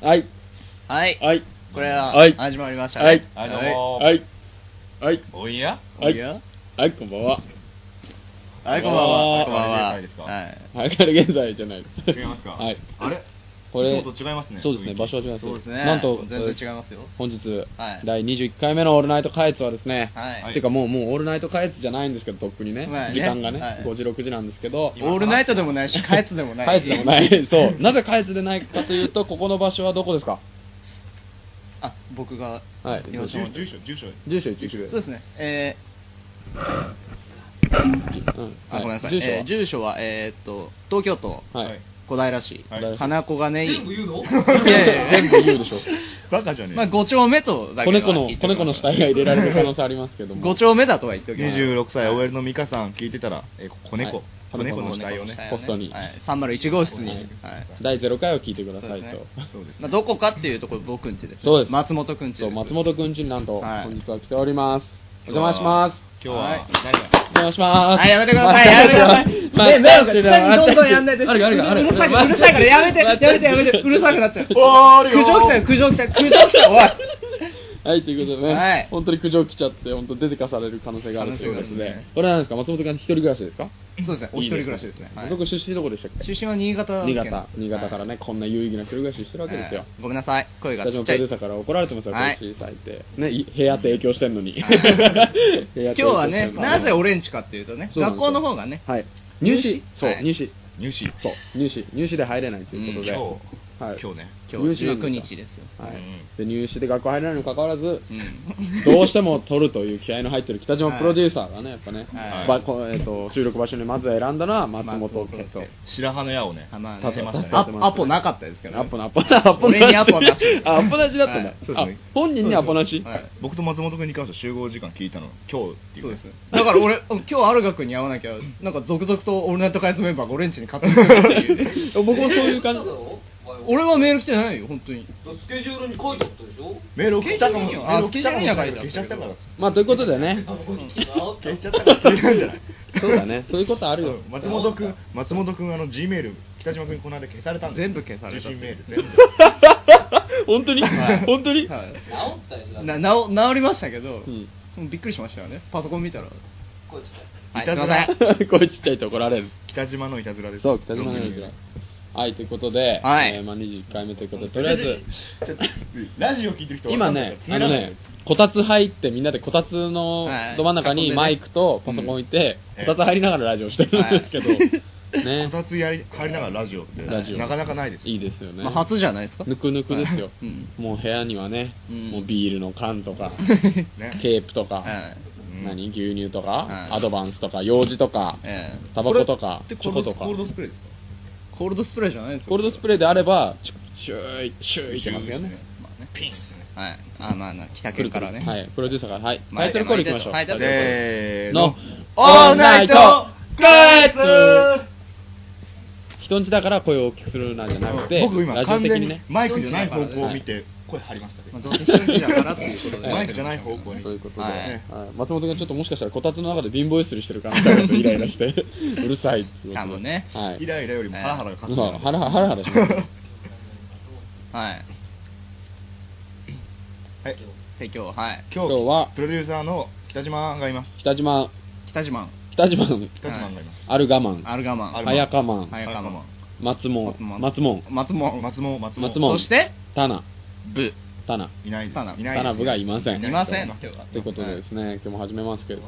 はい。はい。はい。これは、はい始まりましたね。はい。はいどうもはい。はい。おいやはい。いいよはい、こんばんは。はい、こんばんは。ここんんばばんんはは。正解ですかはい。はい、から現在じゃない で違いますかはい。あれこれいつもと違いますねそうですね、雰囲気場所は違います。そうですね。なんと、全然違いますよ。本日、はい第21回目のオールナイトカエツはですね、はいはいてかもう、もうオールナイトカエツじゃないんですけど、とっくにね、まあね時間がね、はい5時、6時なんですけど、今オールナイトでも ないし、カエツでもない。カエツでもな。い、 そう、なぜカエツでないかというと、ここの場所はどこですかあ、僕が、はい行きましょう住住所住所住所言ってくれる。そうですね。えうんー、あ、ごめんなさい。住所はえー住所は、えーっと、東京都はいはい小平市はい花子金井。全部言うの いやいやいや 全部言うでし ょ。バカじゃねえまあ、5丁目とだけ子は猫の、言っ子ておき猫まのす死体が入れられる可能性ありますけども。 5丁目だとは言っておきます。 26歳 OL の美香さん聞いてたらえ子は猫い子猫の子死体をねポストにはい、301号室に、はいはい第0回を聞いてくださいそうとで。そうですまあ、ねどこかっていうところ僕んちですそうです松本くんちそでうす松本くんちになんとはい本日は来ております。お邪魔します。今日はいは誰がお邪魔します。はいやめてくださいやめてくださいまあねなんか下にどんどんやんないであるよあるよあるようるさいからうるさいからやめてやめてやめてうるさくなっちゃうおーあるよ苦情来たよ苦情来たよ苦情来たよおはい、ということでね、はい本当に苦情来ちゃって、本当出てかされる可能性があるということ可能性があで、るんですねこれなんですか、松本君、一人暮らしですかいそうですねお一人暮らしですねはい僕、出身どこでしたっけ出身は新潟新県潟、新潟からね、こんな有意義な一人暮らししてるわけですよは。いごめんなさい声が私ちっもちプロゃいデューサーから怒られてますよ、はいこれ小さいって。ね、い部屋って影響してんのに。 部は屋って今影響して日んのにはねなぜ俺んちかっていうとねそうなんです学よ校の方がねはい。入入試試そうは、い入試。入試そう、入試。入試で入れないとういんうこと今日で。はい。今日ね今日なん19よ日ですよはいうんで入試で学校入れないにもかかわらずう、んどうしても取るという気合の入ってる北島プロデューサーがね、やっぱね、はいばこえー、と収録場所にまず選んだのは松本家と松本家。白羽の矢をねあまあ立てねましたねアポアポなかったですけどアねポな、アポな、アポなし。俺にアポなしですあアポなしだったんだ。はいそうですあね、本人にアポなしはい僕と松本君に関しては集合時間聞いたの今日っていうそうねですだから俺今日アルガ君に会わなきゃなんか続々と「オールナイトカイツ」メンバーが俺んちに勝手に来るっていうね 僕もそういう感じ。俺はメール来てないよ本当にスケジュールに書いてあったでしょメール送ったかもスケジュールにはメール送っあスケジたかもュールには書いてあったけど消しちゃったからまあ、ということでねあ、のこっちが消しちゃったから消えたんじゃないそうだね、そういうことあるよ。松本君、松本君、あの G メール、北島君、この間消されたんです全部消された受信メール、全部。本当にはい本当にはい治ったよな治治りましたけどうん びっくりしましたよねパソコン見たらこっちはいすいたいずまらせんこれちっちゃいと怒られる。北島のいたずらです。そう、北島の夜はい、ということで、はいえーまあ、21回目ということで、とりあえず、ちょっとラジオ聞いてる人今ね、ああののねね、、こたつ入って、みんなでこたつのはいど真ん中にマイクとパソコン置いて、うんこたつ入りながらラジオしてるんですけど、こね、たつやり入りながらラジオって、ラジオなかなかないです。いいですよね。まあ初じゃないですかぬくぬくですよは。いうんもう部屋にはね、うんもうビールの缶と か、ねケープとか、はいうん何牛乳とか、はいアドバンスとか、用事とか、ええタバコとかこれって、チョコとか。コールドスプレーですかコールドスプレーじゃないですよコールドスプレーであれば、シューイ、シューイってますよね。まあねピンですね。はいあまあな北県からねはい、プロデューサーから、はい、まあタイトルコールいきましょう。タイトルコールせーのの、、オールナイトガイ人んちだから声を大きくするなんじゃなくて、僕今、ラジオ完的全ににね、マイクじゃない方向を見て、声張りましたねまあどうせ人んちだからっていうことでマイクじゃない方向に。そういうことで、ははいい松本君、ちょっともしかしたらこたつの中で貧乏ゆすりしてる可能性があるとイライラして、うるさいっていうことで多分ねはい。イライラよりもハラハラが勝つそんうだな。ハラハラハラしますねはい はい、提供はい今日今日はプロデューサーの北島がいます。北島、北島北島の北島がいます。アルガマン、アルガマンアルガマ早川マン早ン、川マン松門、松門、松門松本松本松門そしてタナ、部タナ。いないです田名いないです田名部がいませんいませんいないですということでですね、今日も始めますけど、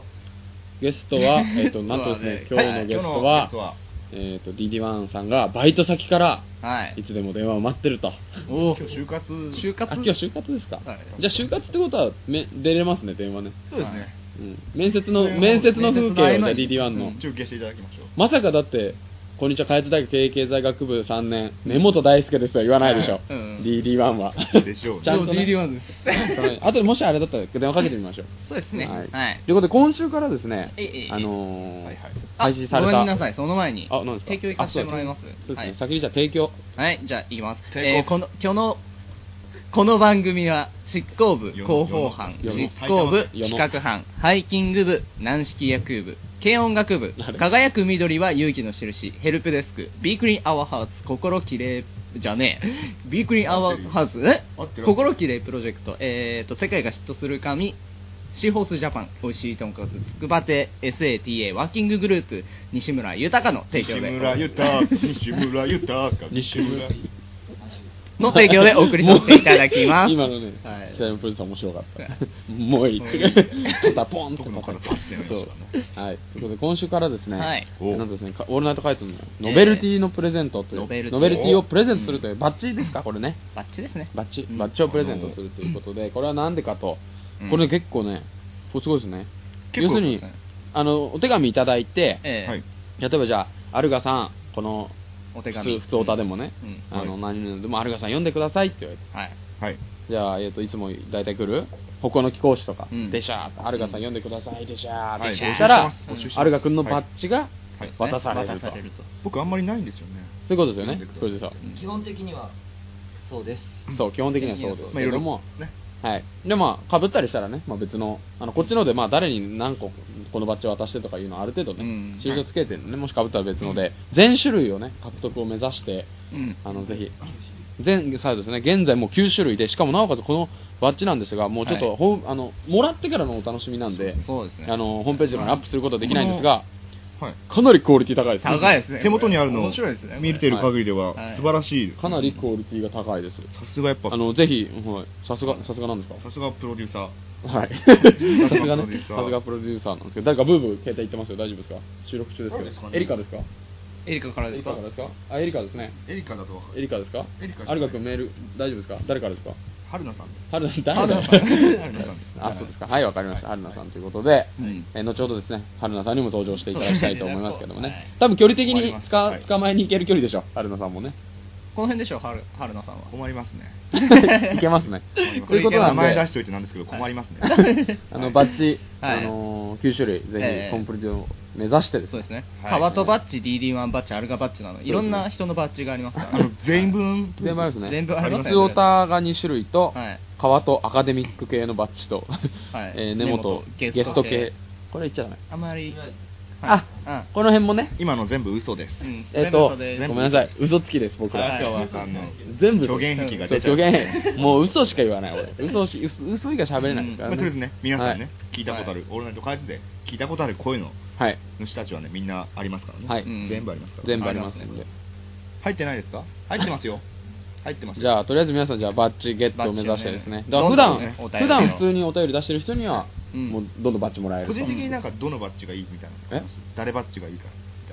ゲストはは、いえっ、と、なんとですね、そ今うだ日ねのゲストは、えっ、と、DD1 さんがバイト先から、はいいつでも電話を待ってると。お今日就活就あ、活今日就活ですか、はいじゃあ就活ってことは、め出れますね、電話ね。そうですねうん。面接の、いや面接の風景を、面接の合間にじゃあ DD1 の、中継していただきましょうまさかだって、こんにちは、開発大学経営経済学部3年、根本大輔ですとは言わないでしょ。うん DD1 は。でしょうねちゃんと、ね。 DD1 で すあとでもしあれだったら電話かけてみましょう。そうですねはいということで、今週からですねええええ、あのーはいはい配信された。あごめんなさいその前にあ、なんですか提供行かせてもらいますあそうですねそうですはね。い先にじゃあ提 供。はいじゃあいきますテイクオフえーこの今日のこの番組は執行部世の広報班世の執行部世の企画班ハイキング部軟式野球部軽音楽部なる輝く緑は勇気の印ヘルプデスクビークリーンアワーハウス心きれいじゃねえ。ビークリーンアワーハウス、え合ってる心きれいプロジェクト、えーと、世界が嫉妬する神、シーホースジャパン、美味しいとんかつ、つくば亭、SATA、ワーキンググループ、西村豊の提供西で、村豊西村豊西村の提供でお送りさせていただきます。今のね、はい北山プロデューサー面白かった。 もういい。ちょっとポンって僕の体叩いてそう。はい。ということで、今週からですね、はいおなんとですね、かオールナイトカイトのノベルティのプレゼントという、ノベルティノベルティをプレゼントするという、バッジですか、これね。バッチですね。バッジ、うんバッジをプレゼントするということで、これはなんでかとう、んこれね結構ね、これすごいですね。結要構するそうでにすね、あの、お手紙いただいて、ええはい例えばじゃあ、アルガさん、この、お手紙。普通、普通オタでもね、うんあの、はい何々でも、アルガさん読んでくださいって言われて、はい。はいじゃあ、えっ、と、いつも大体来る歩行の貴公子とか、うんでしゃー、アルガさん読んでください、でしゃー、はいでしゃー、したら募集してます募集してま、すアルガ君のバッジがはい渡されると。渡されると。僕あんまりないんですよねそういうことですよね読んでください、プロデューサー基本的にはそうですそう、基本的にはそうですけども、ねはい。で、まあ、かぶったりしたらね、まあ別の、あの、こっちので、まあ誰に何個このバッジを渡してとかいうのはある程度ね、うん印をつけてるのね、もしかぶったら別ので、全種類をね、獲得を目指して、うん。あの、ぜひ、全、そうですね、現在もう9種類で、しかもなおかつこのバッジなんですが、もうちょっと、はいほんあの、もらってからのお楽しみなんで、そうですね。あの、ホームページとかにアップすることはできないんですが、はいかなりクオリティ高いですね。高いですね。手元にあるの面を白いですね。見てる限りでははい素晴らしいですかなりクオリティが高いです。さすがやっぱあの、ぜひ、はい、さすが、さすがなんですかさすがプロデューサーはい。さ さすすががプロデュねー、サーさすがプロデューサーなんですけど、誰かブーブー携帯行ってますよ、大丈夫ですか収録中ですけ誰ですかど。ねエリカですかエリカからエでリすカかからですかあ、エリカですね。エリカだとわかエリカですかエリカですアルガ君メール、大丈夫ですか誰からですか春菜さんです春菜さん、春誰菜だ さん春菜さんですあ、そうですか。はい、わかりました。春菜さんということで、うんえー後ほどですね、春菜さんにも登場していただきたいと思いますけどもそうですねね。多分距離的に困りますつかはい捕まえに行ける距離でしょ、春菜さん もね。この辺でしょ、はる春菜さんは。困りますねいけますね。ということなんで名前出しておいてなんですけど困ります ねあの、バッジ、はあいのー、9種類、ぜえひえコンプリートを目指してですそうねですね。はいカバトバッジ、DD1 バッジ、アルガバッジなど、そうですねいろんな人のバッジがありますかあらの。全員分全部ありますね。全部ありますね普通オタが2種類と、はい革とアカデミック系のバッジと、はい えー根元根ゲ元ストゲスト系系。これ言っちゃダメ。あまり。あ、うんこの辺もね、今の全部嘘ですうんえっと、ごめ全部嘘でんすなさい、嘘つきです、僕ら。はい今日はあの全部嘘虚言癖が出ちゃそうう虚言もう嘘しか言わない、俺。嘘し、嘘嘘以外喋れないですからまあね。とりあえずね皆さんはねい聞いたことあるオールナイト開発で聞いたことある声のはい。主たちはねみんなありますからねはいうん全部ありますから全部ありますありんますでね。入ってないですか入ってますよ入ってますじゃあ、とりあえず皆さん、じゃあ、バッジゲットを目指してですね。だバから普ッジを段ね、どんどんねお便りを普段普通にお便り出してる人には、うんもうどんどんバッジもらえる個と。人的になんかどのバッジがいいみたいなのありますえ誰バッジがいいか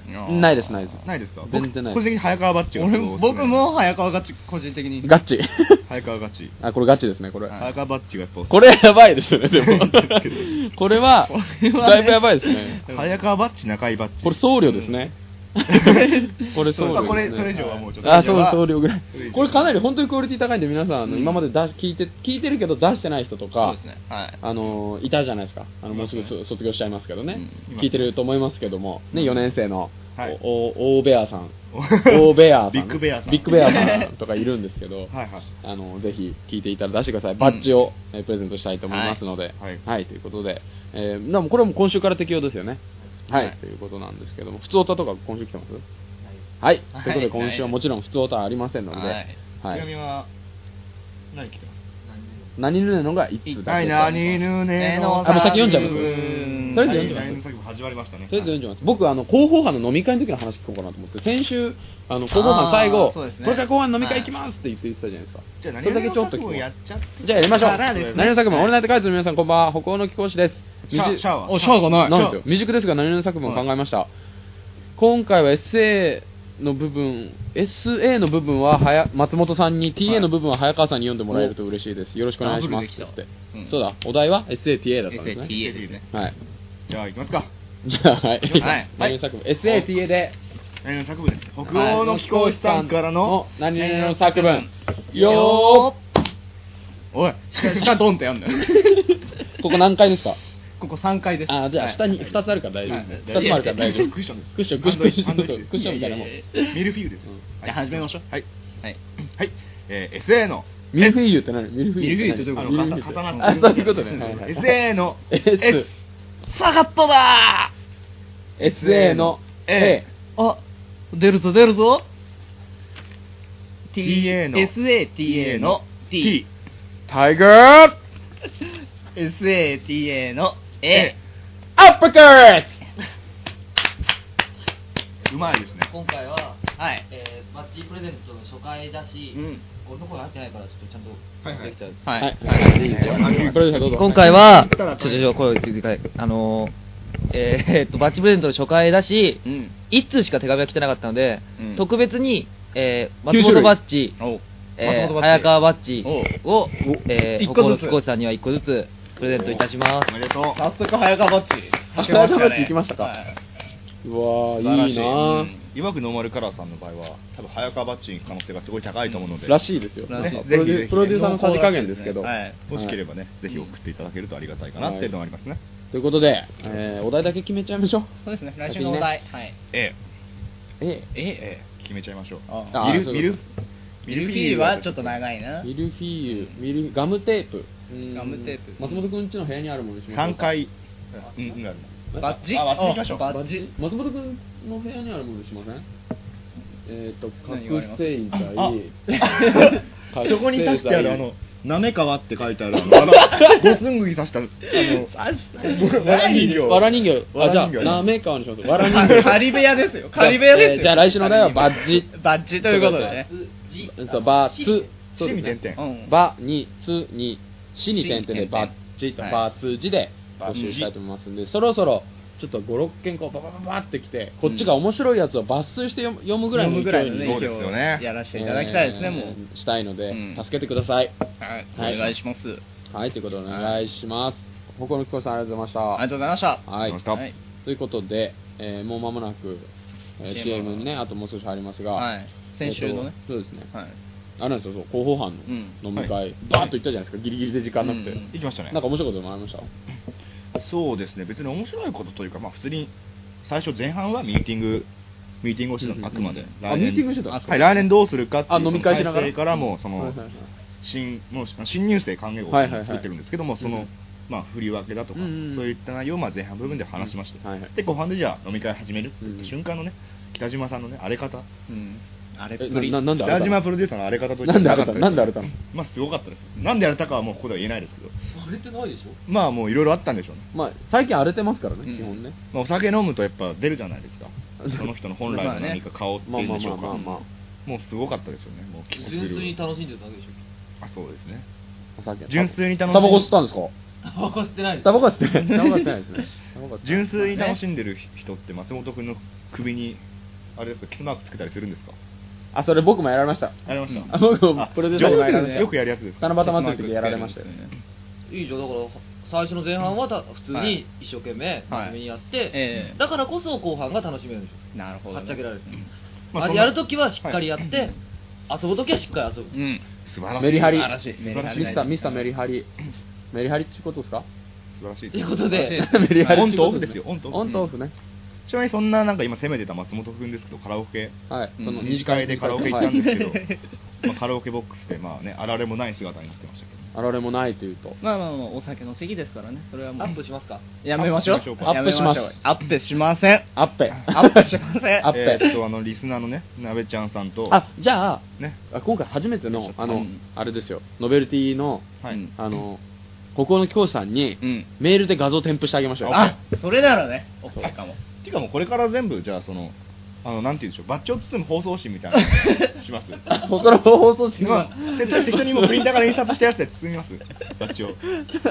みたいなあーないです、ないです。ないですか僕全然ない個で人的に早川バッジがす俺ごいおもすすめ僕も早川ガッチ、個人的に。す。ガッチ。早川ガチあ、これガチですね、これ。早川バッジがやっぱおすすこめれやばいですよね、で も。これは、だいぶやばいですね。早川バッジ中井バッジこれ送料 ですね。これ送料ですね。これそれ以上はもうちょっとあ、そう、送料ぐらいそれ以上。はこれかなり本当にクオリティ高いんで、皆さん、あのうん今まで出し聞いて、聞いてるけど出してない人とそうかで、すね。はい。あのーいたじゃないですか。あの、もうすぐそ卒業しちゃいますけどねうん。聞いてると思いますけども、ね、4年生のはい、お、お、大ベアさ ん。大ベアさん。ビッグベアさんビッグベアさんとかいるんですけ ど、はいはいあのぜひ聞いていたら出してください、バッジを、えープレゼントしたいと思いますので、はいはいということで、えーでもこれはもう今週から適用ですよね、はいはいということなんですけども、普通オタとか今週来てますはい、はいということで、今週はもちろん普通オタはありませんので、ははいい手紙は何来てます何ぬねのが1通だはけい、です、なとにぬねの。あもう先読んじゃいますうーとりあえず読んじゃいますはい何々の先も始まりましたね。りあえず読んじゃいます、僕、あの広報班の飲み会の時の話聞こうかなと思って、先週、あの広報班最あ後、ーそうですねこれから後半飲み会行きますって言って言ってたじゃないですか、じゃあ何それだけちょっと聞こ々うをやっちゃって。じゃあやりましょう、から何ですねの作文、オールナイトカイズの皆さん、こんばんは、北欧の貴公子です。シャシャワー。お、シャアがない。なんですよ。未熟ですが何々の作文を考えました、今回は SA の部分 SA の部分ははや松本さんに TA の部分は早川さんに読んでもらえると嬉しいですよろしくお願いしますって言って、ブルできたうんそうだお題は SATA だったんですね SATA ですね。はいじゃあ行きますか。じゃあはい、はい何々作文 SATA で何々の作文です。北欧の貴公子さんからの。何々の作文よよーおい、下、下ドンってやんだよ。ーここ何回ですかここ3階です。あじゃあ下に2つあるから大丈はい夫2つもあるから大丈夫クッションです。クッションクッションサンドイッチですクッションみたいなもんやややミルフィーユですよ。じゃあ始めましょうはい。はい。はい。えー SA の。ミルフィーユって何ミルフィーユミルフィーユってどういうあことミルの、フィーユっかてさ重なあってるそういうことね、はいはい SA の。 S。サガットだ SA の A A ーあ、出るぞ出るぞ TA の SATA の T。タイガー SATA の A A アップカッうまいですね。今回は、はいえーマッチプレゼントの初回だし、うん俺の声合ってないから、ちょっとちゃんと、はいはいできたらはいはいいいですよプロデューサーどうぞ今回は、ちょっとちょっと声を聞いてくださいあのー、えーえーっと、バッチプレゼントの初回だし、うん一通しか手紙が来てなかったので、うん特別に、えー、九松種類本バッジ、おうえ松ー本バッジ早川バッジを、えー、一個北のずつ貴公子さんには1個ずつプレゼントいたしますお。めでとう。早速早川バッチ早川バッジ行きましたかはい、ーうわ素晴ーらいいしなうんいわくノーマルカラーさんの場合は、多分早川バッチに行く可能性がすごい高いと思うので、ーらしいですよらしいなんかプですロデぜひぜュひプロデューサーのさじ加減ですけどはいもしければね、ぜひ送っていただけるとありがたいかなっていうのがありますね。ということでえーお題だけ決めちゃいましょうそうですね来週のお題、はい A、えええ決めちゃいましょう。あミルそうミいうルこミルフィーユはちょっと長いなミルフィーユミルガムテープうんガムテープ松本くん家の部屋にあるものにしましょう3回、うん、うん、あるバッジあバッジ行きましょうおバッジ松本くんの部屋にあるものにしませんえっと何がありま覚す醒剤あ覚醒剤そこに刺してある、あの、なめかわって書いてある、あの、あの五寸釘刺した、あの、わら人形。わら人形あじゃあわら人形なめかわにしますわら人形カリベアですよカリベアですよじゃあ来週のお題はバッジバッジということでねじそうバしツそう趣です味ね点々。うんバにつにしに点々でしバッジとはいバツ字で募集したいと思いますんでそろそろちょっと56件こうバババババってきてこっちが面白いやつを抜粋して読む読むぐらいの飲むぐらいのねそうですよね勢いをやらせていただきたいですね、もううしたいのでうん助けてくださいはい、お願いします。はいということでお願いします他のきこさんありがとうございましたありがとうございました。はいありがとうございましたはいということでえーもう間もなくえー CM CM ねあともう少し入りますはがい先週のねえーとそうですねはい。あれなんですよ、そう広報班の飲みは会、バーッと行ったじゃないですか、ギリギリで時間なくて、うん行きましたね。なんか面白いこともありました、そうですね、別に面白いことというか、まあ、普通に最初、前半はミーティング、ミーティングをしてたの、あくまで、あミーティングしてたはい、来年どうするかっていうあ飲み会しながら体制からもその、はいはいはい新もう新入生歓迎はいはいはをい作ってるんですけども、その、うんまあ、振り分けだとか、うんうんうんそういった内容を、まあ、前半部分で話しました、うんはいはいで後半でじゃあ飲み会始めるって言っうんた瞬間のね、北島さんのね、荒れ方、うん。あれっえぷり。ななんであ北れ島たプロデューサーの荒れ方といなんであれたかったなんであれたのまあ、すごかったですよ、なんで荒れたかはもうここでは言えないですけど、あれってないでしょまあ、もういろいろあったんでしょうね。まあ、最近荒れてますからね、うん基本ね、まあ、お酒飲むとやっぱ出るじゃないですかその人の本来まあのね何か顔ってまあいうんまあでしまょあうか、まあ、まあ、もうすごかったですよねもう帰国純粋に料楽しんでただけでしょあそうですねお酒純粋に楽しタんでバコ吸ったんですかタバコ吸ってないですタバコは吸ってない、タバコは吸ってないですね、タバコは吸ってない純粋に楽しんでる人って松本君の首にあれですかキスマークつけたりするんですかあ、それ僕もやられました、ありましたあ僕もプロデューサーにもやられました、よくやるやつです七夕祭りの時やられましたよ、いいじゃんだから最初の前半はた普通に一生懸命真面目にやって、ええだからこそ後半が楽しめるんでしなるょほど。はっちゃけられる、まああそんなやるときはしっかりやって、遊ぶときはしっかり遊ぶ、うん。素晴らしいメリハリ素晴らしいです素晴らしいミスター、ミスターメリハリ、メリハリってことですか素晴らしいということらしいでですメリハリオっンてとこオとフねですよオンとオンとオフね、ちなみにそんななんか今攻めてた松本君ですけどカラオケはい、そのうん二次会でカラオケ行ったはんいですけど、まあ、カラオケボックスでまあねあられもない姿になってましたけどあられもないというと。まあまあまあ、お酒の席ですからね。それはもアップう。しますかやめましょう。アップしましょやめうかましょうアップしません。アッペ。アップしません。アップえーっとあのリスナーのねなべちゃんさんとあ、じゃあ、ねあ今回初めての、あうのん、あれですよ、ノベルティの、はい、うんあの、ここの教師さんにう、ん。メールで画像添付してあげましょうよ。あ、それならね、オッケーかも。ていうかもうこれから全部じゃあそのあのなんていうんでしょうバッチを包む放送紙み たいなのしますここの放送室今が、適当に適当にもうプリンターから印刷したやつで包みますバッチを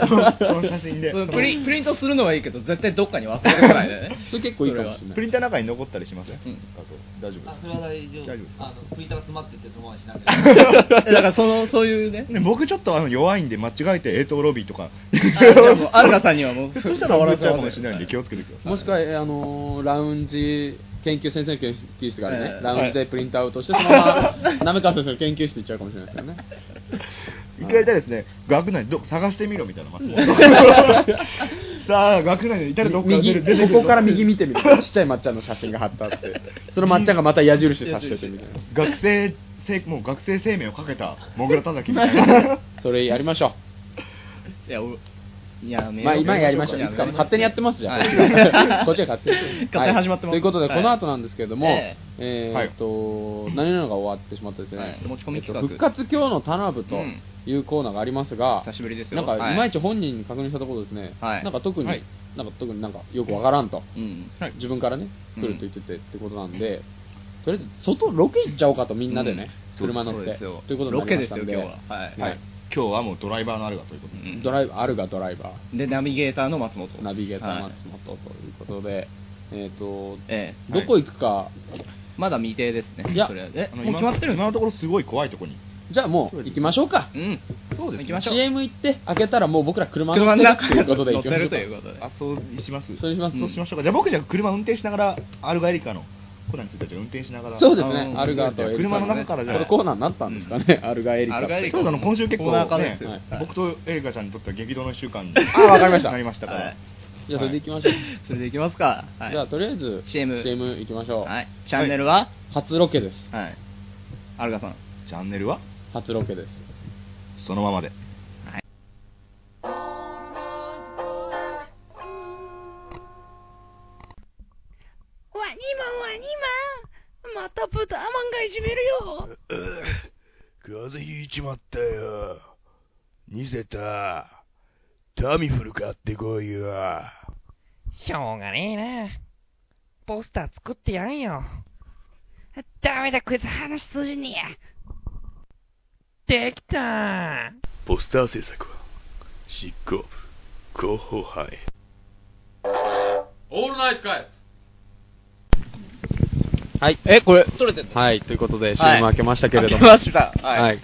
そのその写真でプリプリントするのはいいけど、絶対どっかに忘れてこないで ね。それ結構いいかもしれプない。リンターの中に残ったりしますね、うん画像大丈夫あでそれは大丈夫大丈夫ですかあのプリンターが詰まっててそのまましなきゃだから、その、そういうね す。ね僕ちょっとあの弱いんで間違えて冷凍ロビーとかあじゃあもうアルカさんにはもう、そしたら笑っちゃうかもしれないんで気をつけてくださいもしくは、えーあのー、ラウンジ、研究先生の研究室があるえねー、ラウンジでプリントアウトして、そのまま、なめかわ先生の研究室行っちゃうかもしれないです よね。一回いたらですね学内ど探してみろみたいな松 本さあ学内でいたらどっから出右る出てくるここから右見てみたいな、ちっちゃいまっちゃんの写真が貼ってあって、そのまっちゃんがまた矢印さしててみたい な。学生生もう学生生命をかけたモグラたたきみたいなそれやりましょう。いや、おいや、メールまあ、今やりましょう。いやいつか勝手にやってますじゃん。は いこっちは勝手に。勝手に始まってはいますということで、はいこの後なんですけれども、ええーっと、何々が終わってしまってですね、はい持ち込み企画えっと復活今日の田辺とうんいうコーナーがありますが、久しぶりですなよんか、はいい、まいち本人に確認したところですね、はいなんか特に、はいなんか特になんかよくわからんと、うん。自分からね、う来んると言っててってことなんで、とりあえず外ロケ行っちゃおうかとみんなでね、うん車乗っそうてですよということになりましたんでロケですよ今日ははいはい、今日はもうドライバーのあるがということで、うんドライバーあるがドライバーで、ナビゲーターの松本。ナビゲーターはい松本ということで、えっ、と、ええどこ行くか、まだ未定ですね。いやとりあえずえ、あものう決まってるん今でのところすごい怖いところにじゃあもう行きましょうかす。うん。そうです、行きましょう。 CM 行って、開けたらもう僕ら車乗車っのてる中ということで乗行きってましょるうとか。いうことで。あそうしますそうしますそうしましょうかじゃあ僕じゃあ車運転しながらアルガエリカのコナンについては運転しながらそうですねあ、のアルガーとエリカ、車の中からじゃあこれコーナーになったんですかね、アルガーエリカ。アルガーエリカそうだあの今週結構、コーナーからですよねはい僕とエリカちゃんにとっては激動の一週間にあわかりましたなりましたから、はいじゃあそれで行きましょう。それで行きますか。はい。じゃあとりあえず CM CM 行きましょう。はい。チャンネルは初ロケです。はい。アルガさん。チャンネルは初ロケです。そのままでわにまわにままた豚マンがいじめるよ風邪ひいちまったよ。ニセタ、タミフル買ってこいよ。しょうがねえな。ポスター作ってやんよ。ダメだこいつ話通じねえやできたポスター制作は、執行部、広報班へ。オールナイトカイはい。え、これ、取れてんのはい、ということで CM はい開けましたけれど開も。けました。ははい。い。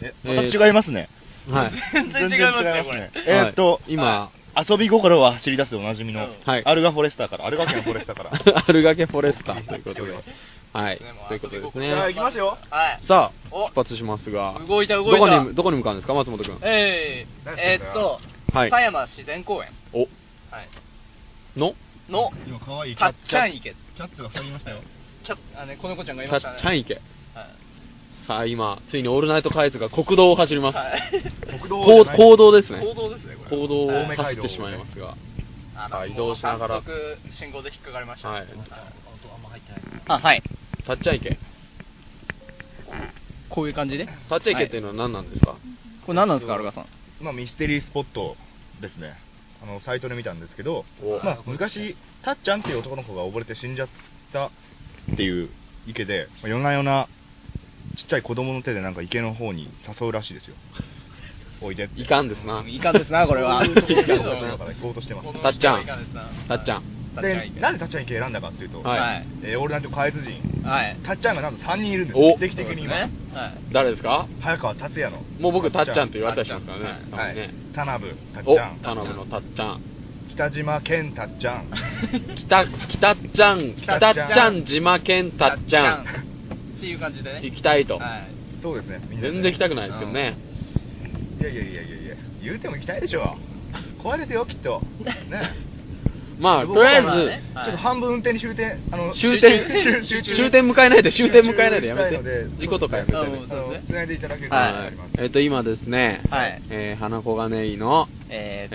ええーまた違いますね、はい。全然違いますね、これ。えーっと、はい今、遊び心は走り出すでおなじみの、はいアルガフォレスターから、アルガ県フォレスターから。アルガケフォレスターということで。はい。ということですね。きますよ。はい。さあ、お出発しますが、動いたど動いた。こに、どこに向かうんですか、松本君。えー、えーっと、はい岡。山自然公園お、はいの、の、今、可愛いたっちゃん池。キャットが2人いましたよ。ちゃ、あね、子猫ちゃんがいたまっしたね。ちゃん池。はいさあ、今、ついにオールナイトカイツが国道を走ります。はい。国道こう公道ですね。行動ですね、これ。公道をはい走ってしまいますが。あさあの、移動しながらもう早速、信号で引っかかりましたね。はい音あんま入ってない。あ、はい。たっちゃん池。こういう感じで。たっちゃん池っていうのは何なんですかこれ何なんですか、アルガさん。まあ、ミステリースポットですね。あの、サイトで見たんですけど、おまあ、昔、たっちゃんっていう男の子が溺れて死んじゃったっていう池で、まあ夜な夜な、ちっちゃい子供の手でなんか池の方に誘うらしいですよ。おいでって。いかんですな。いかんですな、こ れは。そういうとこだから行こうとして ます。たっちゃんいかがですかたっちゃん。で、なんでたっちゃん池選んだかっていうと、はいはい。えー、オールナイトカイズ人、はい。たっちゃんがなんと3人いるんですおよ、奇跡的に今、そうですねはい。誰ですか早川達也の、もう僕、たっちゃんって言われたりしますからね。はいね、田辺たっお、ちゃん、田辺のたっちゃん。北島健たっ ちゃん、北、北っちゃん、北北っっちちゃゃん、ん島県たっちゃん。っていう感じでね。行きたいと。はい。そうですね、みんなで全然行きたくないですけどね。いやいやいやいやいや、言うても行きたいでしょ、怖いですよ、きっ と、ね、まあ、僕とりあまあえねちょっと半分運転に終点、あのず、終点、集中 終点迎えないで、終点迎えないでやめ集中したいての。で事故とかやめてあねもう。そうですねつないでいただけるとはありいます、。えっと、今ですね、はいえー花小金井の、え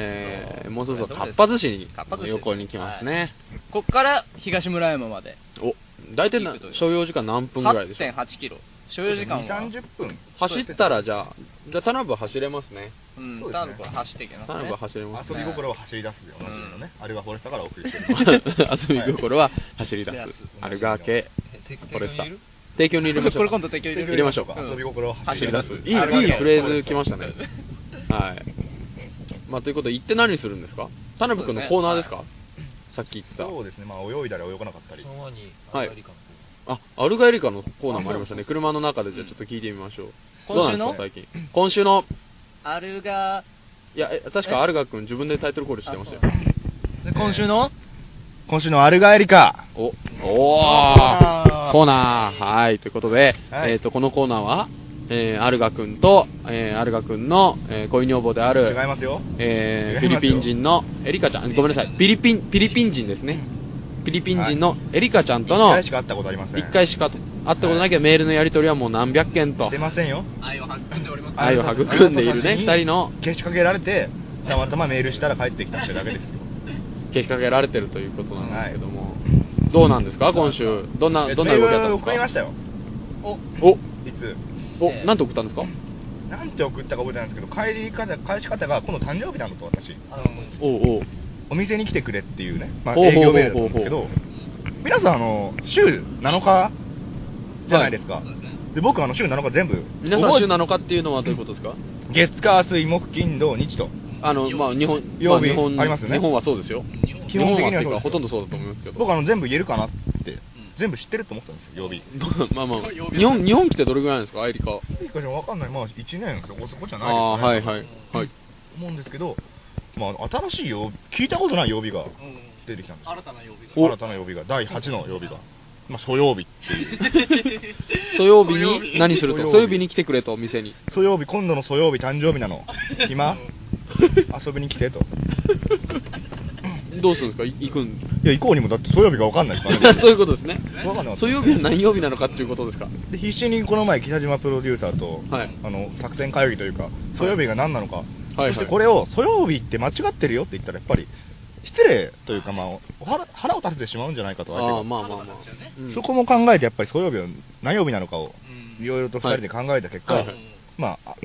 えー、もうそろそろかっぱ寿司にかっぱ寿司です横に来ますね。こっから東村山まで。お、大体なということで所要時間何分ぐらいでしょう8.8キロ。所要時間は。 2、30分、走ったらじゃあ、じゃあ、田辺走れますね。うん、そうですタねーンから走っていけます田辺ね。走れます遊ね。び心を走り出すで、おなじみのね、あれはフォレスタからお送りしてる 遊び心は走り出すはい。アルガー系、てフォレスタ提供に入れる。提供に入れましょう。これ今度提供入れる入れましょう。遊び心を走走りり出出すす。。いい、いいアルガー系フレーズ来ましたね。はい。まあ、ということで、行って何するんですか田辺君のコーナーですかさっき言ってた。そうですね、まあ泳いだり泳がなかったり。はい。あ、アルガエリカのコーナーもありましたね。車の中でじゃあちょっと聞いてみましょう。どうなんですか、最近。今週の、あるが、いや、え確かアルガ君自分でタイトルコールしてましたよ。今週の今週のアルガエリカ。お、おーコーナーはい、ということで、はいえっ、と、このコーナーは、えー、アルガ君と、えー、アルガ君の、えー、恋女房であ違いる、ますよ。えー、フィ違いリますピよン人のエリカちゃん、ごめんなさい、フィリピン、フィリピン人ですね。フィリピン人のエリカちゃんと一の、回し一か会ったことありません。回しか会ったことないけど、メールのやり取りはもう何百件と出、ませんよ。愛を育んでおります。 愛を育んでいるね、二人の、消しかけられて、たまたまメールしたら帰ってきたってだけですよ。けしかけられてるということなんですけども、どうなんですか、今週、どん な、どんな動きだったんですかメール送りましたよ。おいつ。お、なんて送ったんですかなんて送ったか覚えてないんですけど、帰り方、返し方が今度誕生日なのと私。おうおうお店に来てくれっていうね、まあ、ほうほう営ほうほう業メールなんですけど、皆さん、あの、週7日じゃないですか。で、僕、あの、週7日全部、皆さん、週覚7日っていうのはどういうことですかえ月、火、水、木、金、土、日と。あの、まあ、日本、ま曜あ、日日本、ありますよね日本はそうですよ。基本的にはそうです日本よっていうかほとんどそうだと思いますけど。僕、あの、全部言えるかなって、全部知ってると思ってたんですよ、曜日。 まあまあ、日本、日本来てどれぐらいなんですか、アイリカ。いいかじゃわかんない。まあ、1年そこそこじゃあないですあ、か、ね。はいはい。 はい。思うんですけど、まあ、新しい曜日、聞いたことない曜日が出てきたんですよ。新たな曜日お新たな曜日が、第8の曜日が。まあ、素曜日っていう。土曜 日に何すると土曜日土曜日に来てくれと、店に。素曜日、今度の素曜日誕生日 なの。暇遊びに来てと。どうするんですかい行くんいや、行こうにもだって素曜日がわかんないか らねそういうことですねわかんなかっ。た土曜日は何曜日なのかっていうことですか。で必死にこの前、北島プロデューサーと、はいあの作戦会議というか、素曜日が何なのか、はいそしてこれを素曜日って間違ってるよって言ったら、やっぱり失礼というか、まあ、お腹腹を立ててしまうんじゃないかと、相手がああ、まあまあまあ。うんそこも考えて、やっぱり素曜日は何曜日なのかを、いろいろと2人で考えた結果、はいはいまあ、あ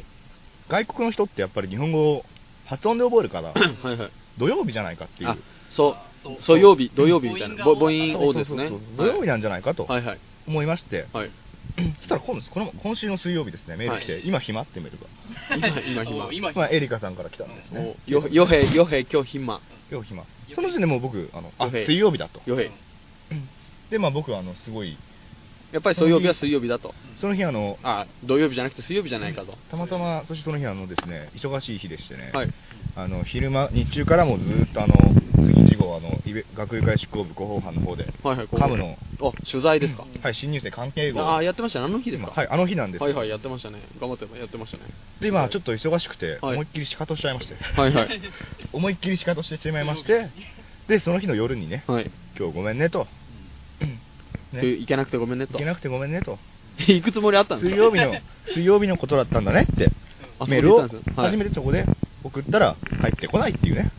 外国の人ってやっぱり日本語を発音で覚え るから、はいはい。土曜日じゃないかっていうあ、、そう、そう曜日、土曜日みたいな、ぼ母音そをうそうですそうね。土曜日なんじゃないかとはいはい。思いまして、はい。 そしたら今度この今週の水曜日ですね、メール来て、は今暇ってメールが。今、今、今。まあ、エリカさんから来たんですね。およ、よへ、よへ、今日暇。今日暇。その時点でもう僕、あの、あ、よへい水曜日だと。よへ。 で、まあ僕は、あの、すごい、やっぱり水曜日は水曜日だと。その日あの、あ、土曜日じゃなくて水曜日じゃないかと。たまたま、そしてその日あのですね、忙しい日でしてね、はい。あの、昼間、日中からもずーっとあの、次時号、あの、いべ学友会執行部広報班の方で、はいはい、ここカムの、あ、取材ですか。はい、新入生関係号。ああ、やってましたね。あの日ですか。はい、あの日なんです。はいはい、やってましたね。頑張ってやってましたね。で、まあちょっと忙しくて、はい思いっきり仕方しちゃいまして、はいはい。思いっきり仕方してしまいまして、で、その日の夜にね、はい。今日ごめんねと、ね行けなくてごめんねと行け。なくてごめんねと、 行くつもりあったんです水か曜日の、水曜日のことだったんだねってあ、そこでメール言っをたんですねはい初めてそこで送ったら帰ってこないっていうね。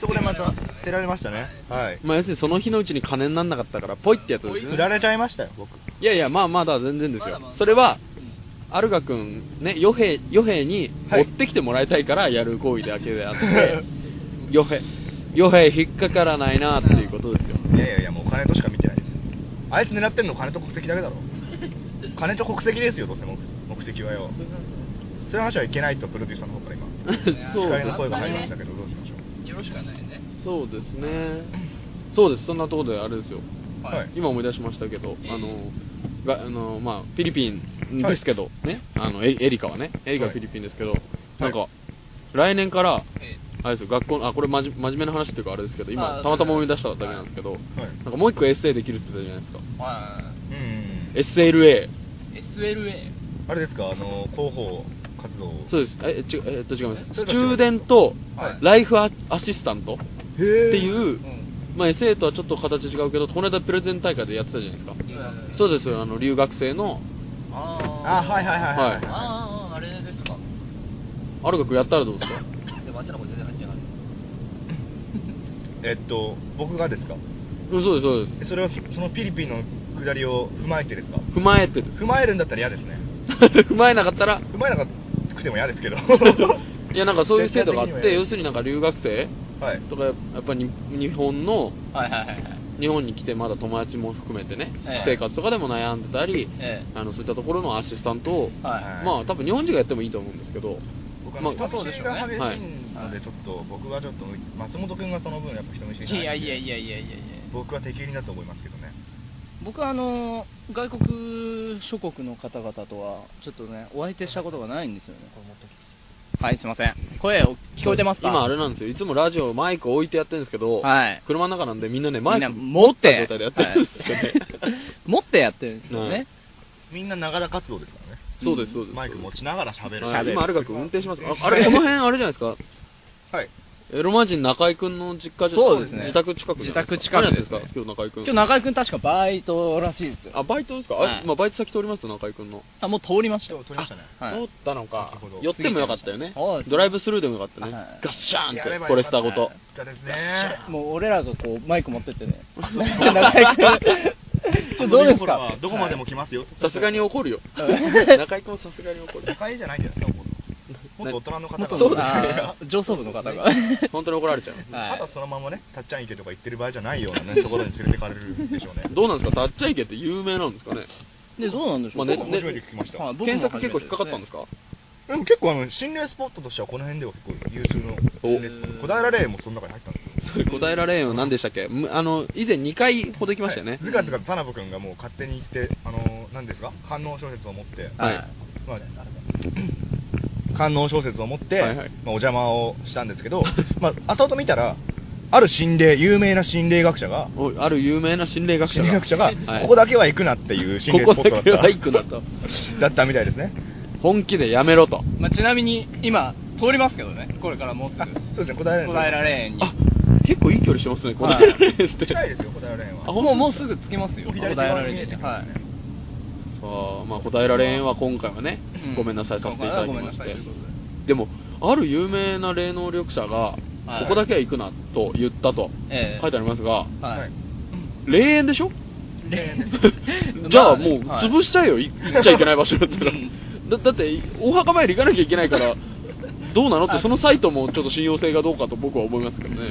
そこでまた捨てられましたね。はい。 まあ要するにその日のうちに金にならなかったから、ポイってやつです振ね。られちゃいましたよ、僕。いやいや、まあまだ全然ですよ。それは、アルガ君、ね、ヨヘ、ヨヘに持ってきてもらいたいからやる行為だけであって、 ヨヘ、ヨヘ引っかからないなっていうことですよ。いやいやいや、もうお金としか見てないですよ。あいつ狙ってんの金と国籍だけだろ。金と国籍ですよ、どうせ目目的はよ。そういう話はいけないとプロデューサーの方から 今、そう怒りでのす声が入りまねした。けど、どうしましょそうですね。そうです、そんなところであれですよ。う。はい。今思い出しましたけど、あの、があのまあ、フィリピンですけど、ね、あのエリエリカはね、エリカはフィリピンですけど、なんか、来年から、あれですよ、学校の、あ、これ真面真面目な話っていうかあれですけど、今、たまたま思い出しただけなんですけど、なんかもう一個エッセイできるって言ってたじゃないですか。うん。 SLA。 SLA あれですか、あの、広報活動を。そうです。え、ちえっと、違います。そスれとチ違うューデントはい、ライフアアシスタントっへてーいう、まあ、SA とはちょっと形違うけど、この間プレゼン大会でやってたじゃないですか。そうですよ、あの、留学生の、あ、はいはいはいはい。はいあああれですかある学やったらどうですかでもあっちの方全然入ってなかっえっと、僕がですかうんそうです、そうです。それはそそのフィリピンの下りを踏まえてですか踏まえてです。 踏まえるんだったら嫌ですね踏まえなかったら、踏まえなくても嫌ですけどはいや、なんかそういう制度があ絶対的にはって、要やるするになんか留学生いとか、やっぱり日本の、たはいはいはいはい日本に来てまだ友達も含めてね、ええ私生活とかでも悩んでたり、えあのそういったところのアシスタントを、はいはいまあ多分日本人がやってもいいと思うんですけど、僕あのまあ人見知りが激しはいいのでちょっと僕はちょっと松本君がその分やっぱ人見知りいがないやいややいやいやいやいや僕は適任だと思いますけどね僕はあのー外国諸国の方々とはちょっとねお相手したことがないんですよねはいすいません声を聞こえてますか今あれなんですよ、いつもラジオ、マイク置いてやってるんですけど、はい車の中なんでみんなね、みんマイなク持っ持ったて状態でやってるんですよね。はい 持ってやってるんですよね、みんなながら活動ですからね そうです、そうです。マイク持ちながら喋るはい、喋る今、あるがくん運転しますかああれ、この辺、あれじゃないですか、はいエロマ人中井くんの実家じゃそうですね自宅近くじゃない自宅近くですね何やってんか今日中井くん。今日中井くん確かバイトらしいですよ。あ、バイトですか、はいあ、今バイト先通ります中井くんの。あ、もう通りましたよ。取りましたね。はい通ったのか先ほど。寄ってもよかったよね。そうですねドライブスルーでもよかったね。はいガッシャーンやれっばて、よかったフォレスターごと。じゃですね。もう俺らがこうマイク持ってってね。中井くん。どうですかどこまでも来ますよ。さすがに怒るよ。中井くんもさすがに怒る。会じゃないんじゃないですか、もっと大人の方が。そうですねあー上層部の方が。本当に怒られちゃいます。は たいだそのままね、たっちゃん池とか行ってる場合じゃないようなね、ところに連れてかれるでしょうね。どうなんですか、たっちゃいけって有名なんですかね、 で、どうなんでしょうまあね僕面白いで聞きました。はい僕も検索結構引っかかったんですか、でも結構あの、心霊スポットとしてはこの辺では結構有数の心霊スポット。小平霊もその中に入ったんですよ。小平レーンは何でしたっけ、むあの以前2回ほど行きましたよね、ずかずかと田辺君がもう勝手に行って、あのー、何ですか観音小説を持って、はいまあ、 観音小説を持って、はいはいまあ、お邪魔をしたんですけど、 まあ後々見たら、ある心霊、有名な心霊学者が、おある有名な心霊学者心が、霊学者が、はいここだけは行くなっていう心霊こスこポだットけだったは行くなと、 だったみたいですね。本気でやめろと、まあ、ちなみに今通りますけどね。これからもうすぐ。そうですね、小平霊小平レーンに。あ結構いい距離してますね、小平レーンって、近いですよ、小平霊は。もうもうすぐ着きますよ。もう左小手平側に見レえーてンきに。はまいすね。さあまあ、小平レーンは今回はね、うんごめんなさいさせていただきましごめてんなさいということで。でも、ある有名な霊能力者が、はいここだけは行くなと言ったとええ書いてありますが、ははいい。霊園でしょ霊園です じゃあもうはい潰しちゃえよ、 い行っちゃいけない場所だったらうん。だだって、お墓参り行かなきゃいけないから、どうなのって、そのサイトもちょっと信用性がどうかと僕は思いますけどね。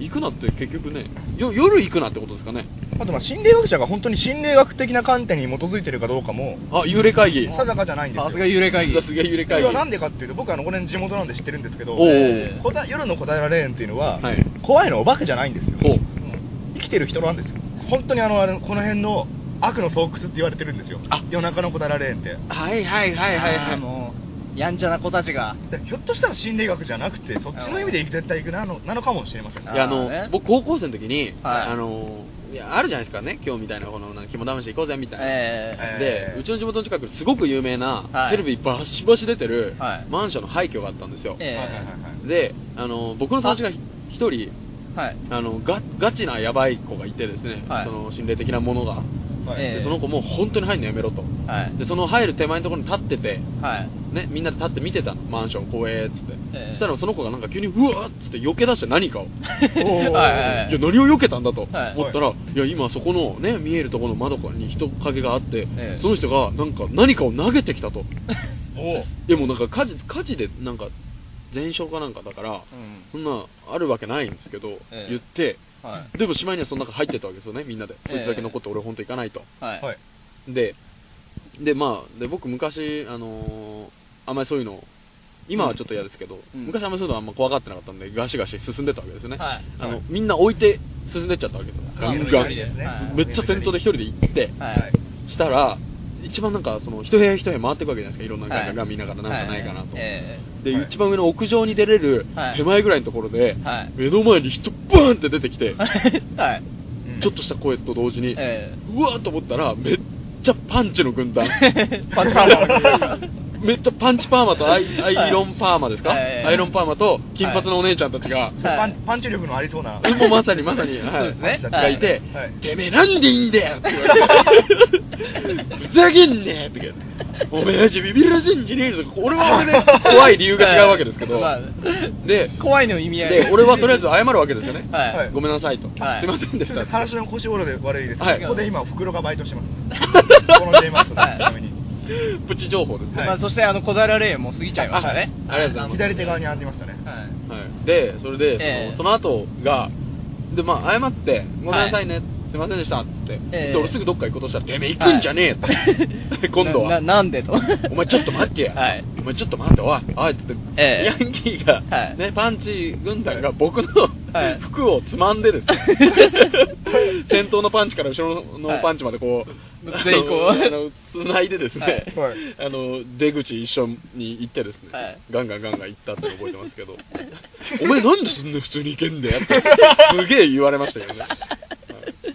行くなって結局ね、よ夜行くなってことですかね。あとまあ心霊学者が本当に心霊学的な観点に基づいてるかどうかもあ、幽霊会議。定かじゃないんですよ。さすが幽霊会議。さすが幽霊こ会れ議は。なんでかっていうと、僕あのこれ地元なんで知ってるんですけど、おうえー小平夜の小平霊園っていうのは、はい怖いのはお化けじゃないんですよ。ほう生きてる人なんですよ。本当にあのあれこの辺の悪の巣窟って言われてるんですよ。あ夜中の小平霊園って。はいはいはいはいはあーい。もうやんちゃな子たちが。でひょっとしたら心霊学じゃなくて、そっちの意味で絶対行くなのなのかもしれませんねいやああーねの僕、高校生の時に、はいあのいやあるじゃないですかね、今日みたいな、このなんか肝試し行こうぜみたいな、えでえーうちの地元の近くにすごく有名な、はいテレビバシバシ出てる、はいマンションの廃墟があったんですよ、ええはいはいはいはいであの僕の友達がひ一人えはい。あのガガチなヤバい子がいてですね、はいその心霊的なものが、はいええでその子もう本当に入るのやめろとはい。でその入る手前のところに立っててはい。ね、みんなで立って見てたのマンション怖えっつって、ええそしたらその子がなんか急にうわーっつって避け出して何かを はいはいいや何を避けたんだと思ったはいら、い、や今そこの、ね、見えるところの窓からに人影があって、ええその人がなんか何かを投げてきたと おうでもなんか火事火事でなんか全焼かなんかだから、うんそんなあるわけないんですけど、ええ言ってはでもしまいにはその中入ってたわけですよねみんなでそいつだけ残って俺本当行かないと、い。はい。はい。でで,、まあ、で僕昔、あのーあんまりそういうの今はちょっと嫌ですけど、うん昔あんまりそういうのあんま怖がってなかったんでガシガシ進んでったわけですよね、はいあのはいみんな置いて進んでっちゃったわけですよガンガ無理ですねンめっちゃ先頭で一人で行ってはい。したら一番なんかその一部屋一部屋回っていくわけじゃないですかいろんなガはンガいンガン見ながらなんかないかなと、えで、はい一番上の屋上に出れるはい手前ぐらいのところで、はい目の前に人バーンって出てきてえはい。うんちょっとした声と同時に、えうわーと思ったらめっちゃパンチの軍団 パンチパー めっちゃパンチパーマとアイアイロンパーマですか、はいはいアイロンパーマと金髪のお姉ちゃんたちが、はいパンパンチ力のありそ うな。もうまさにまさに、はそうですねがいて、はいてめえなんでいいんだよって言われて、ふざけんなよって言われておめえたちビビらせんじゃねえとか、俺は俺で 怖い理由が違うわけですけど、まあで怖いの意味合い。で、俺はとりあえず謝るわけですよね。はい。はいごめんなさいと、はいすいませんでしちょたっと話の腰折れで悪いですけど、はいここで今、袋がバイトし てます。この J マストはいちなみに。プチ情報ですね、はいまあ、そしてあの小平レーンも過ぎちゃいましたね。ありがとうござい左手側にありましたね。はい。ます、はい、でそれで、ええそのその後がでまあ謝ってごめんなさいね、すいませんでしたっつって、ええで俺すぐどっか行こうとしたらてめえ行くんじゃねえよって、 今度はななんでと。お前ちょっと待ってや、はいお前ちょっと待っておいおいっつって、ええヤンキーが、はいね、パンチ軍団が僕の、はい服をつまんでです ね先頭のパンチから後ろのパンチまでこう、はいでこうあのつないでですね、はいあの出口一緒に行ってですね、はいガンガンガンガン行ったって覚えてますけどお前なんでそんな普通に行けんだよってすげえ言われましたけどね、はい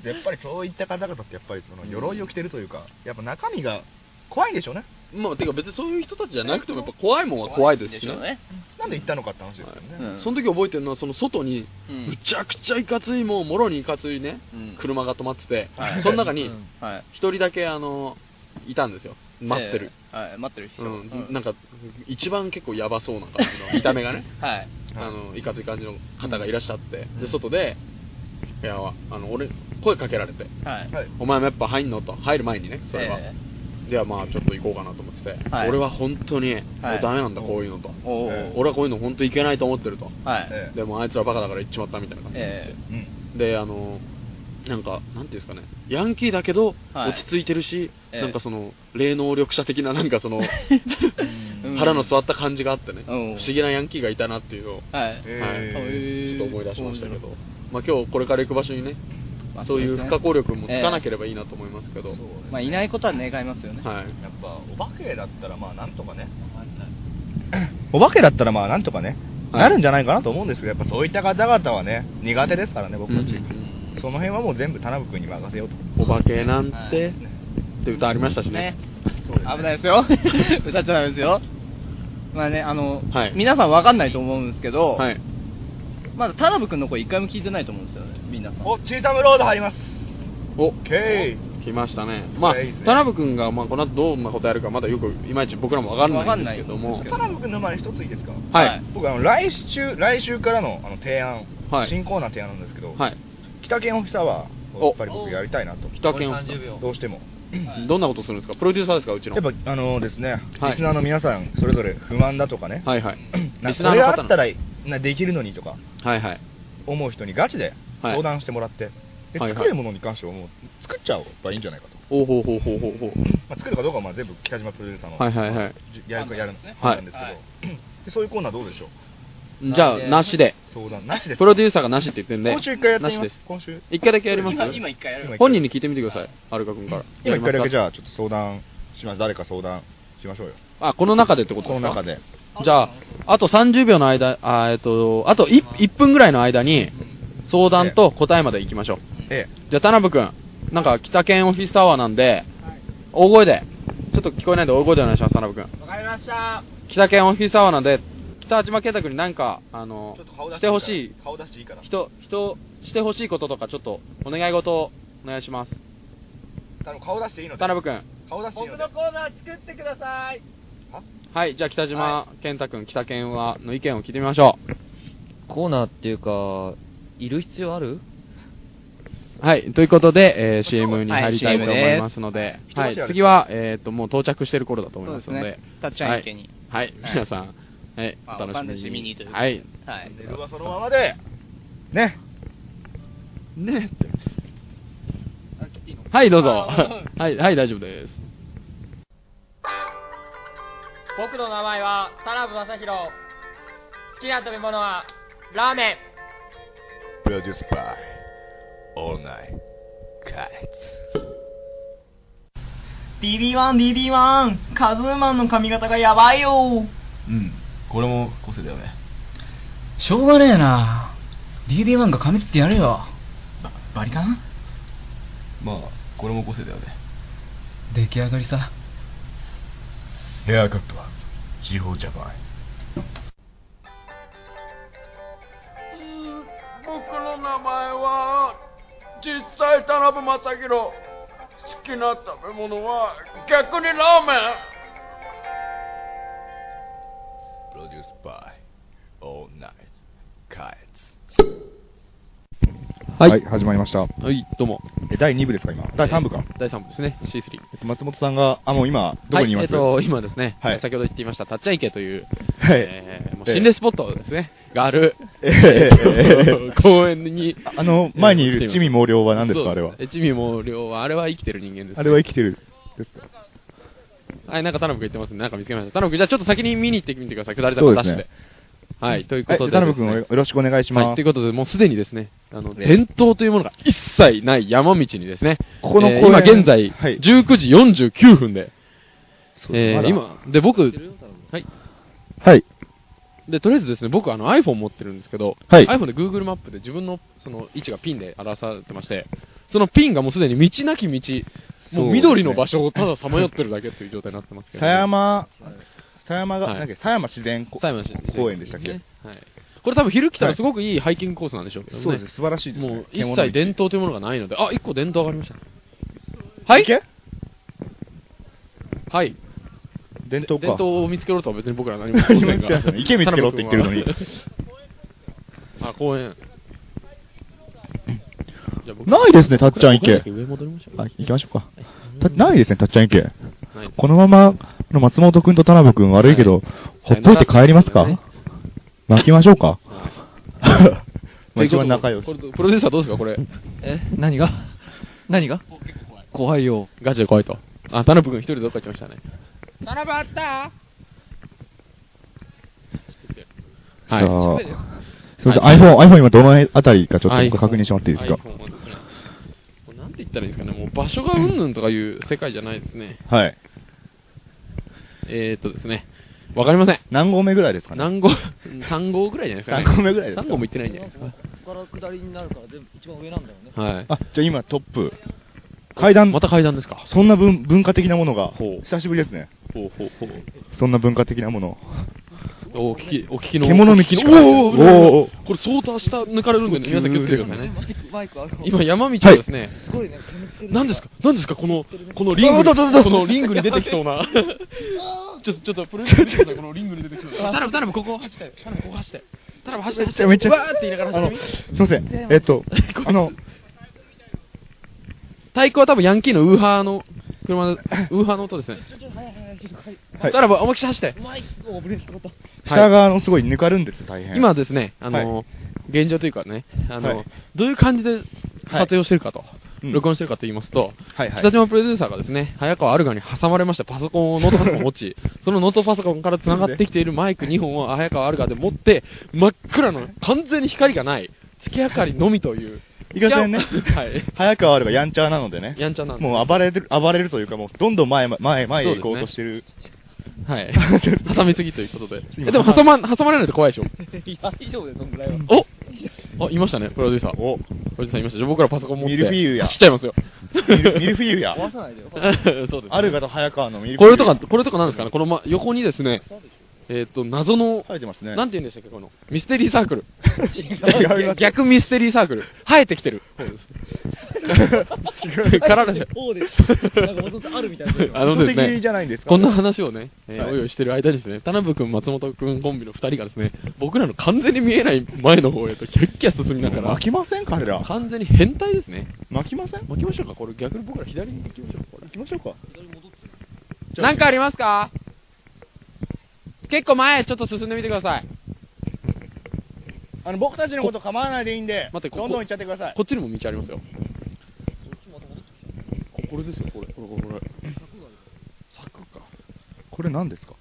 やっぱりそういった方々って、やっぱりその鎧を着てるというか、やっぱ中身が怖いんでしょうね。まあ、てか別にそういう人たちじゃなくてもやっぱ怖いもんは怖いですしねでょうね。なんで行ったのかって話ですよね、うんその時覚えてるのはその外にうんむちゃくちゃいかついもうもろにいかついね、うん車が止まってて、はいその中にはい一人だけあのいたんですよ待ってる、えーはい待ってる人うんうなんか一番結構やばそうな感 じの見た目がねはいあのいかつい感じの方がいらっしゃって、で外でいやあの俺声かけられてはいはいお前もやっぱ入んのと入る前にねそれは、えではまあちょっと行こうかなと思ってて、はい俺は本当に、もうダメなんだこういうのとーおー俺はこういうの本当いけないと思ってると、はいええでもあいつらバカだから行っちまったみたいな感じで、えうんであのなんかなんていうんですかねヤンキーだけどはい落ち着いてるし、ええなんかその霊能力者的ななんかそのうん腹の据わった感じがあってね、うん不思議なヤンキーがいたなっていうのを、ーはいえはい、ちょっと思い出しましたけどえー、まあ、今日これから行く場所にねまあそういう不可そう抗力もつかなければいいなと思いますけど、まあいないことは願いますよねはい、やっぱお化けだったらまあなんとかねお化けだったらまあなんとかね、はいなるんじゃないかなと思うんですけどやっぱそういった方々はね苦手ですからね僕たち、うんその辺はもう全部田辺君に任せようとお化けなんて、はいって歌ありましたしねそうですね危ないですよ 歌っちゃダメですよまあねあの、はい皆さんわかんないと思うんですけど、はいまだ田辺君の声一回も聞いてないと思うんですよね皆さんおチータムロード入りますお OK 来ましたね、まあいいですね田辺君がまあこの後どんなことやるか、まだよくいまいち僕らも分かんないんですけどわも、かんないんですけ田辺君の前に一ついいですかはい、はい僕あの来週来週からのあの提案、はい新コーナー提案なんですけど、はい、北県オフィサーはおやっぱり僕やりたいなと北県を30秒どうしてもどんなことするんですか、プロデューサーですか、うちの。やっぱあのですね、はいリスナーの皆さんそれぞれ不満だとかね、。はいはい リなんスナかーこれのあ方ったの。らなできるのにとかはいはい。思う人にガチではい相談してもらって、ではいはい作るものに関してはもう作っちゃえばいいんじゃないかと、おうほうほうほうほうほう。まあ、作るかどうかはまあ全部北島プロデューサーの、はいはいはいじやるかやる判な断んでですけど、 でそういうコーナーどうでしょうじゃあ、なしで。相談なしですプロデューサーがなしって言ってんで。今週一回やってみなましです今週一回だけやります今今一回やる今本人に聞いてみてください。はるか君から。今一回だけじゃゃあちょっと相談します誰か相談しましょうよあ。あ、この中でってことこでのすか中でじゃあ、あと30秒の間、あーえっと、あと 1, 分ぐらいの間に、相談と答えまで行きましょう。えじゃあ、田辺君、なんか北県オフィスアワーなんで、大声で、ちょっと聞こえないんで大声でお願いします、田辺君。わかりました北県オフィスアワーなんで、北島健太君になんか、あの、してほしい、顔出していいから人、人、してほしいこととか、ちょっと、お願い事をお願いします。頼む顔出していいの田辺君。顔出していいのコーナー作ってくださいはい、じゃあ北島健太君、北健は、の意見を聞いてみましょコーナーっていうか、いる必要あるう。はい、ということで、えー CM に入りたいと思いますので、ははい CM でい、す次は、えーっと、もう到着してる頃だと思いますのそうでで、たっちゃん池にはい、はい皆さん、はい、まあお楽お楽ししみみににという。はい。はい寝るはそのままでねねはい、どうぞ。はい、はい、大丈夫です。僕の名前は田辺正宏好きな食べ物はラーメンプロデュースバイオールナイカイツ DD1DD1 カズーマンの髪型がやばいようんこれも個性だよねしょうがねえな DD1 が髪切ってやるよババリカンまあこれも個性だよね出来上がりさヘアカットは地方ジャパン僕の名前は、実際田辺正宏。好きな食べ物は、逆にラーメンプロデュースバイオールナイカイツはい始まりましたはい、どうも。え第2部ですか今第3部か、第3部ですね、C3。えっと松本さんがあもう今どこにいます、はい、えっと、今ですね、はい先ほど言っていました、たっちゃ池という、はいえーもう心霊スポットですね、がある、えーえー 公園に、ああの前にいる地味毛量は何ですそうかあれはえ地味毛量は、あれは生きてる人間です、あれは生きてるですかはい、なんか田辺君言ってますね、なんか見つけました。田辺君、じゃあちょっと先に見に行ってみてください、下り坂出して。そうですはい、ということではでい、田辺すね、君およろしくお願いします、はい、ということで、もうすでにですね、あの、ええ伝統というものが一切ない山道にですね、ここのえー公園今現在、はい19時49分で、そうえーまだ今、で、僕、はい。はいで、とりあえずですね、僕、あの、iPhone 持ってるんですけど、はい iPhone で Google マップで自分の、その、位置がピンで表されてまして、そのピンがもうすでに道なき道、もう緑の場所をたださまよってるだけという状態になってますけど、狭山狭山が、はいなんだっけ狭山自然こ狭山自然公園でしたっけ、ねはいこれ多分昼来たらすごくいいハイキングコースなんでしょうけどね。そうです素晴らしいですねもう一獣道切伝統というものがないので、あ、一個伝統上がりましたね。はいはい。伝統か伝統を見つけろとは別に僕ら何も言いません言ってまが。すね 池見つけろって言ってるのに田辺君は。 あ、公園。じゃあ僕ないですね、たっちゃん僕ら池だけ。上戻りましょうあ行きましょうか。たないですね、たっちゃん池ないです。このまま、あの松本くんと田辺くん悪いけど、ほっといて帰りますか巻きましょうかまあ一番仲良しということでこれプロデューサーどうですか、これ。え、何が何が怖いよ。ガチで怖いと。あ、田辺君一人でどっか行きましたね。並ばったはいじゃあ喋れよそれではい iPhone、iPhone 今どのあたりかちょっと僕確認してもらっていいですか iPhone はですねこれなんて言ったらいいんですかね、もう場所がうんぬんとかいう世界じゃないですね。はい。えーっとですね、わかりません。何合目ぐらいですかね何号、3号ぐらいじゃないですかね。三号目ぐらいですか3号も行ってないんじゃないですか。ここから下りになるから全部一番上なんだよね。はい。あ、じゃあ今トップ。階段。また階段ですか。そんな文文化的なものがほう、久しぶりですね。ほうほうほう。そんな文化的なもの。お聞き、お聞きの。獣道お聞きのおーおーおおーーおおーこれ相当下抜かれるんでね、皆さん気をつけてくださいね。マイクある今山道をですね、すごいね。煙ってる何ですか何ですかこの、このリングに、このリングに出てきそう な。ちょっと、ちょっと、プロデューサー見てくださいこのリングに出てきそうな。頼む、頼む、ここ走って。頼む、ここ走って。頼む、走って。めっちゃめっちゃ。わーって言いながらあ走っのてみ。すいません。えっと、あの、太鼓は多分ヤンキーのウーハーの 車の、ウーハーの音ですね。ちょっと早い早い、ちょっと早い。はだいからば、思いっきり走ってう。まい。おブレーキかかった。下側のすごいぬかるんです、大変。今ですね、あはの、現状というかね、あはのい、どういう感じで撮影をしてるかと、うん録音してるかと言いますと、はいはい北島プロデューサーがですね、早川アルガに挟まれましたパソコンを、ノートパソコンを持 ち、そのノートパソコンから繋がってきているマイク2本を早川アルガで持って、真っ暗の、完全に光がない、月明かりのみという。いかせんねはい。早川あればやんちゃなのでね。やんちゃなんでもう暴れる、暴れるというか、もうどんどん前、前、前へ行こうとしてる。はい。挟みすぎということで。今えでも挟ま、挟まれないと怖いでしょ。 いや、以上で、そんぐらいは。おあ、いましたね、プロデューサー。お、プロデューサーいました。じゃあ僕らパソコン持って。ミルフィーユや走っちゃいますよ。ミルミルフィーユや。壊さない でよ。そうです、ね。 あるがと早川のミルフこィーれユとか、これとかなんですかねこの、ま、横にですね、えっ、と、謎の、生えてますね。なんて言うんでしたっけこの、ミステリーサークル。違います逆ミステリーサークル。生えてきてる方です。違う。かられそうです。なんか元々あるみたいな。あのです意図ね的じゃないんですかこんな話をね、えーはいおいおいしてる間にですね、田辺君、松本君コンビの2人がですね、僕らの完全に見えない前の方へとキャッキャ進みながら、巻きません彼ら。完全に変態ですね。巻きません巻きましょうか、これ逆に僕ら左に行きましょうか、これ行。きましょうか。なんかありますか結構前へちょっと進んでみてください。あの、僕たちのこと構わないでいいんで、待ってここどんどん行っちゃってくださいこ。っちにも道ありますよ。ここれですよ、これ。これ、これ、これ。柵か。これ何ですか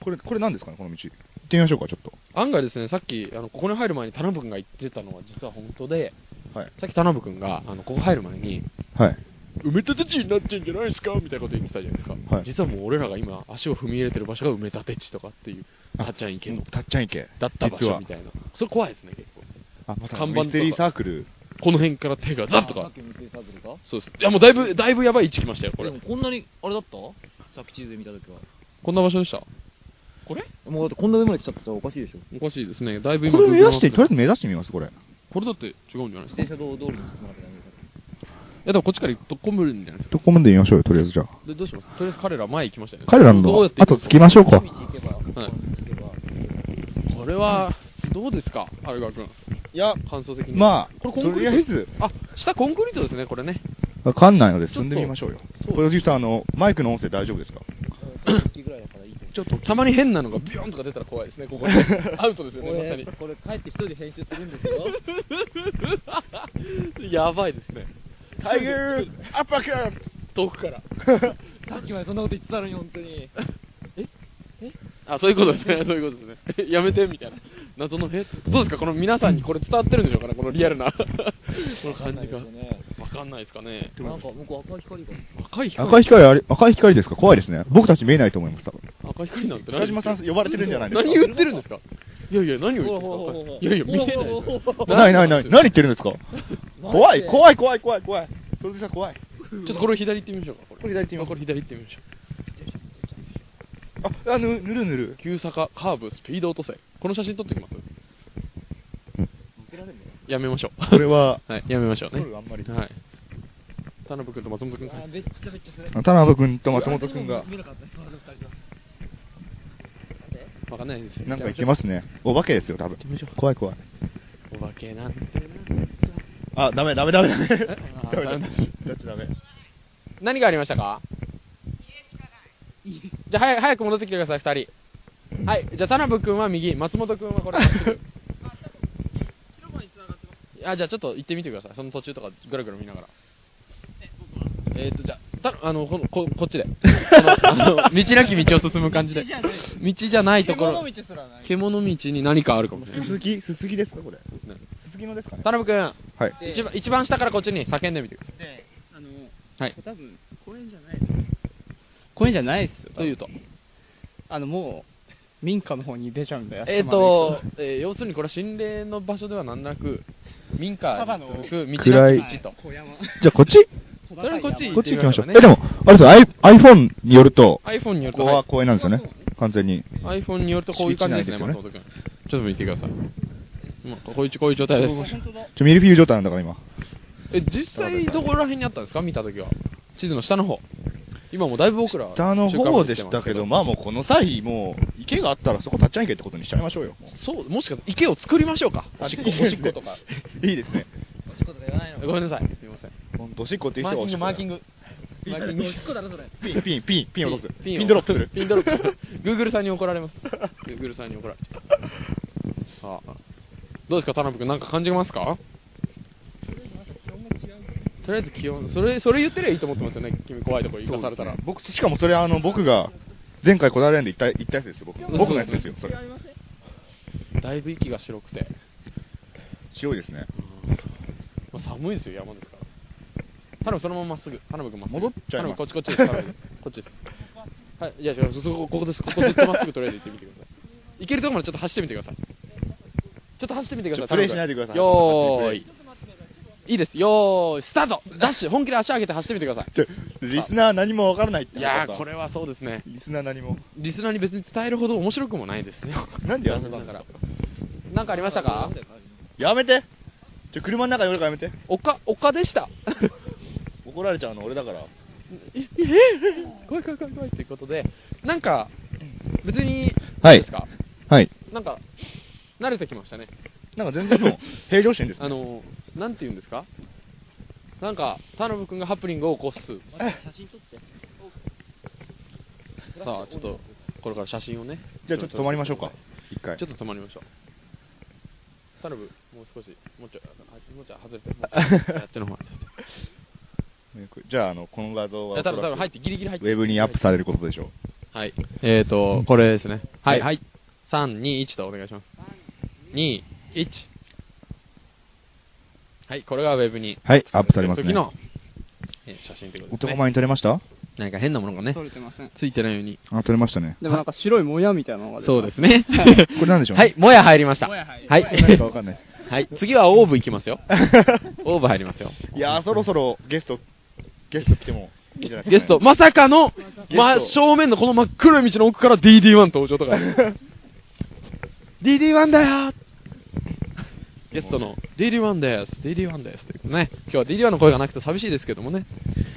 これ、これ何ですかね、この道。行ってみましょうか、ちょっ案外ですね、さっき、あの、ここに入る前に田辺君が言ってたのは実は本当で、と。はい。さっき田辺君が、あの、ここ入る前に、はい。埋め立て地になっちゃうんじゃないですかみたいなこと言ってたじゃないですか、はい実はもう俺らが今足を踏み入れてる場所が埋め立て地とかっていうあたっちゃん池のたっちゃん池。だった場実所はみたいなそれ怖いですね結構あ、まさか看板とかミステリーサークル。この辺から手がザッとさかっきの店サーブルかそうですいやもうだいぶだいぶやばい位置来ましたよこでれもこんなに、あれだったさっき地図で見たときは。こんな場所でしたこれもうだってこんな上まで来ちゃったらおかしいでしょ。おかしいですねだいぶ今これ目指グして、ーとグりあルえず目指してみます、これ。マップこれだって違うんじゃないです自かい転車道通りに進まなきゃダメやでもこっちから行くとこむるんじゃないですかどこまで見ましょうよ、とりあえずじゃあ。でどうしますとりあえず彼ら前行きましたよね彼らどうやのって行く後つきましょうだかよ。。道行けば、こはいの道行けば。これはどうですか春川君いや、感想的にまあ、これコンクリとりあーえトず、あ下コンクリートですねこれねわかんないので進んでみましょうよ。そうプロデューサー、あの、マイクの音声大丈夫ですかうん好きぐらいだからいいと思うちょっとたまに変なのがビヨンとか出たら怖いですね、ここ にアウトですよね、まさ俺、これ帰って一人で編集するんですよ。に。 やばいですね。タイーアッパークラ遠くから。さっきまでそんなこと言ってたのに、本当に。あ、そういうことですね、そう いうことですね。やめて、みたいな。謎のへどうですか、この皆さんにこれ伝わってるんでしょうかね、このリアルなこの感じが。わかんないですよねわかんないですかね。なんか、僕赤い光が。赤い光赤い光あれ、赤い光ですか怖いですね。僕たち見えないと思います、多分。赤い光なんてないで中すよ島さん呼ばれてるんじゃないですか何言ってるんですかいやいや、何を言ってるほらほんらほらほらですかいやいや、見えないですよないないない。何言ってるんですか怖い、い。怖い、怖い、怖い、怖い。プロデューサー怖い。ちょっとこれ左行ってみましょうか、これ。これ左行ってみますあこれ左行ってみましょあ、あぬ、ぬるぬる。急坂、カーブ、スピード落とせ。この写真撮ってきますやめましょう。これは はい、やめましょうね。撮るあんまりはい。田辺君と松本君。あーめっちゃめっちゃする田辺君と松本君が見えなかった今の二人がわかんないですよ。なんかいけますね。お化けですよ、多分。怖い怖い。お化けなんてあ、ダメダメダメダメ。ダメあダメダメ。どっちダメ。何がありましたかじゃあ早く早く戻ってきてください、二人。はい、じゃあ田辺君は右、松本君はこれ。あ、じゃあちょっと行ってみてください。その途中とかぐるぐる見ながら。えっ、ー、と、じゃあ、たあのこのこ、こっちで。このあの道なき道を進む感じで。道じゃないところ。獣道すらない獣道に何かあるかもしれない。すすきすすぎですか、これ。ですねすすきのですかね。田辺君、はい。で一番、一番下からこっちに叫んでみてください。で、あの、はい多分公園じゃないです。公園じゃないですよ。というと。あの、もう、民家の方に出ちゃうんだよ。えっ、と、えー要するにこれは心霊の場所ではなんなく、民家に続く道な暗きい道と。小山。じゃあ、こっちそれこっちこっち行きましょう。ねえ、でも、あれですよ、I- iPhone によると、 iPhone によこると、こは公園なんですよね。完全に。はい iPhone によるとこういう感じですね、敷地内ですよね松本君。ちょっと見てください。まあ、こういうこういう状態です。ちょ、ミルフィーユ状態なんだから、今。え、実際どこら辺にあったんですか見たときは。地図の下の方。今もうだいぶ僕ら、下の方でしたけど、まああ、もうこの際、もう、池があったらそこ立っちゃいけってことにしちゃいましょうよ。もうそう、もしか池を作りましょうか。おしっこ、おしっことか。。 いいですね。おしっことか言わないのごめんなさい。すみません。ほんとおしっこっていうマ人はーおキしンっグ、こマだーキング。マーキング。こだろそれピン、ピン、ピン、ピンを落とす。ピピンンをドロップする。ピンドロップ。Google さんに怒られます。Google さんに怒られちゃ うさあ、どうですか、田辺君、なんか感じますかとりあえず気温、それ、それ言ってりゃいいと思ってますよね、君、怖いとこ行かされたら。僕、しかもそれ、あの、僕が、前回こだわりなんで行った、行ったやつですよ、僕。そう僕のやつですよ、それ。だいぶ息が白くて、白いですね。まあ、寒いですよ、山ですから。田辺そのまままっすぐ、田辺君まっすぐ。戻っちゃいま田辺すこっち、こっちです、田辺君こっちです。はい、いや、違う、そこ、ここです、ここずっとまっすぐとりあえず行ってみてください。行けるところまでちょっと走ってみてください。ちょっと走ってみてください。ちょっとプレイしないでくださいよーい。いいです。よーい、スタートダッシュ本気で足上げて走ってみてくださちょリスナー何もわからないってい。いやー、さこれはそうですね。リスナー何も。リスナーに別に伝えるほど面白くもないですね。なんでやめたんだでか。すからなんかありましたかやめてちょ、車の中に俺からやめて。丘、丘でした。怒られちゃうの俺だから。え怖い怖い怖い怖いということで、なんか、別に、はいいいですかはい。なんか、慣れてきましたね。なんか全然もう、平常心ですね。あの、なんて言うんですかなんか、田辺君がハプニングを起こす。さあ、ちょっと、これから写真をね。じゃあちょっと止まりましょうか。一回。ちょっと止まりましょう。田辺、もう少し、もうちょい、ああもうちょい外れて。もうち ょいあっちの方外れて。じゃあ、あの、この画像いはや、おそ多分らく、多分入って、ギリギリ入って。ウェブにアップされることでしょう。はい。えーと、これですね。はい、は。はい3、2、1とお願いします。2、1。はい、これがウェブに。はいアップされますね時の、えー写真ということで男す前ね。に撮れましたなんか変なものがね、取れてません。ついてないように。あ、撮れましたね。でもなんか白いもやみたいなのが出てそまうですね。これなんでしょうねはい、もや入りました。もやは入いる。何かわかんないです。はい、次はオーブいきますよ。 オーブ入りますよ。いやー、そろそろゲスト、ゲスト来てもいいんじゃないゲですスか、ト、ね。まさかの、トま、正面のこの真っ黒い道の奥から DD1 登場とか。DD1 だよーゲストの DD1 です、DD1 ですということでね、今日は DD1 の声がなくて寂しいですけどもね、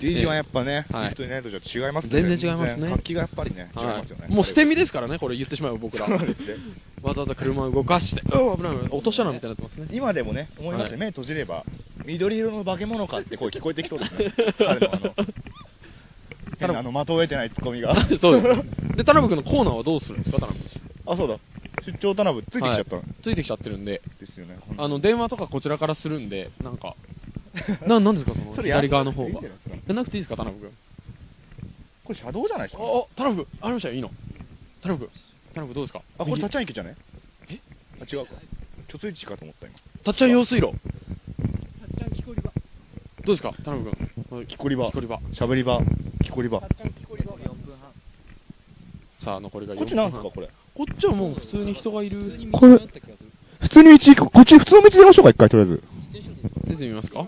DD はやっぱね、はい本当にないとじゃ違いますね。全然違いますね全然活気がやっぱりね、違いはますよね。い、もう捨て身ですからね、これ言ってしまえば僕ら、そうわですねざわざ車を動かして、うん危ない危ない、落としたなみたいになってますね。今でもね、思いますはね、い目閉じれば、緑色の化け物かって声聞こえてきそうです ね。彼のあの、変なあの、まとえてないツッコミ が。そうです。で、田辺君のコーナーはどうするんですか、田辺君。あ、そうだ。出張田辺ついてきちゃったはいんついてきちゃってるんで、ですよね。あの、電話とかこちらからするんで、なんか、ななんですか、そのそれや左側の方が。いいんじじゃないですゃかなくていいですか、田辺君。これ車道じゃないですか、あ、あ、田辺君、ありましたよ、いいの。田辺君、田辺君どうですかあ、これ立ちゃゃいけじゃねあ、違うか。貯水池かと思った今。立ちゃい用水路。どうですか、田辺君。木こり場。木こり場。喋り場。木こり場。こさあ、残りが4っちなんですかこれ。こっちはもう普通に人がいる。これ、普通に道、こっち普通の道出ましょうか、一回とりあえず。出てみますか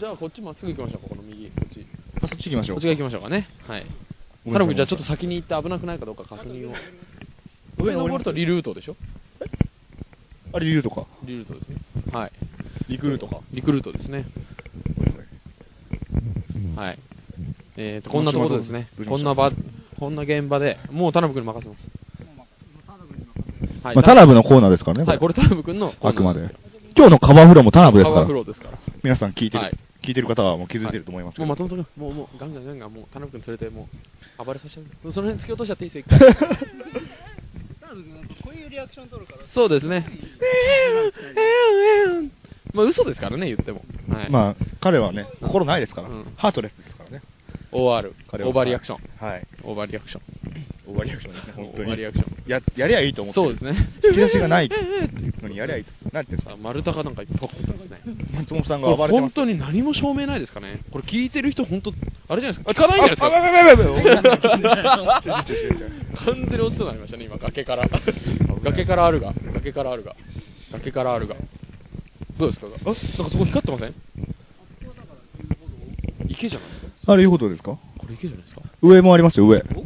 じゃあ、こっちまっすぐ行きましょう、ここの右。こっち。あ、そっち行きましょこうっち。が行きましょうかね。はい。太郎君、じゃあちょっと先に行って危なくないかどうか確認を。上登るとリルートでしょあれ、リルートか。リルートですね。はい。リクルートか。リクルートですね。はい。えーと、こんなところですねどこう。しまんしなた場、こんな現場で、もう田辺君に任せます。はまあタラブのコーナーですからねはい、ここれれ田辺君のコあーくナまーですでよ。。今日のカバーフローもタナブですかパワーらフ。ローですから。皆さん聞いてる、はい聞いてる方はもう気づいてると思いますけもうど。松本君、もう、もう、ガンガンガンガン、もう田辺君連れて、もう、暴れさせちゃう。もうその辺突き落としちゃっていいですよ、一回。 こういうリアクション取るから。そうですね。まあ、嘘ですからね、言っても。はい。まあ、彼はね、心ないですから、うんハートレスですからね。 OR、彼はオーバーリアクション。はい。オーバーリアクション。オーバーリアクションですね、本当に。オーバーリアクションや、やりゃいいと思ってる。そうですね引き出しがないえのにやりゃいいと。なんていうんですかあ、丸高なんかいっぱい怒ってますね。松本さんこれが暴れてま本す。当に何も証明ないですかね。これ聞いてる人、本当、あれじゃないですか。聞かないんじゃないあああ ですか。ちょちょちょちょ完全に落ちそうになりましたね、今、崖から。崖からあるが、崖からあるが、崖からあるが。どうですかあ、なんかそこ光ってません池じゃないですかあれいうことですかこれ池じゃないですか上もありますよ、上。ここ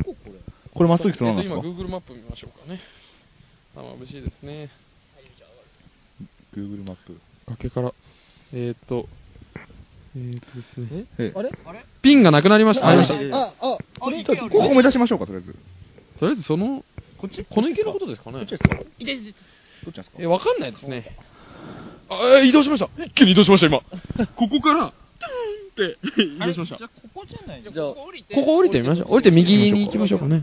これれまっすぐ来たなんですえかっと今、Google マップ見ましょうかね。あ、眩しいですね。 ?Google マップ。崖から。えー、っと、えー、っとですね。ええあれあれピンがなくなりました。ありままししたた。あ、あ、あれここを目指しましょうか、とりあえず。とりあえずその、この池のことですかね。いていていてどっちなんですかえ、わかんないですね。あ、えー移動しました。一気に移動しま した、今。ここから、ドゥーンって移動しました。あここじゃないじゃあ、じゃあここ降りて。ここ降りてみましょう。降りて右に行きましょうかね。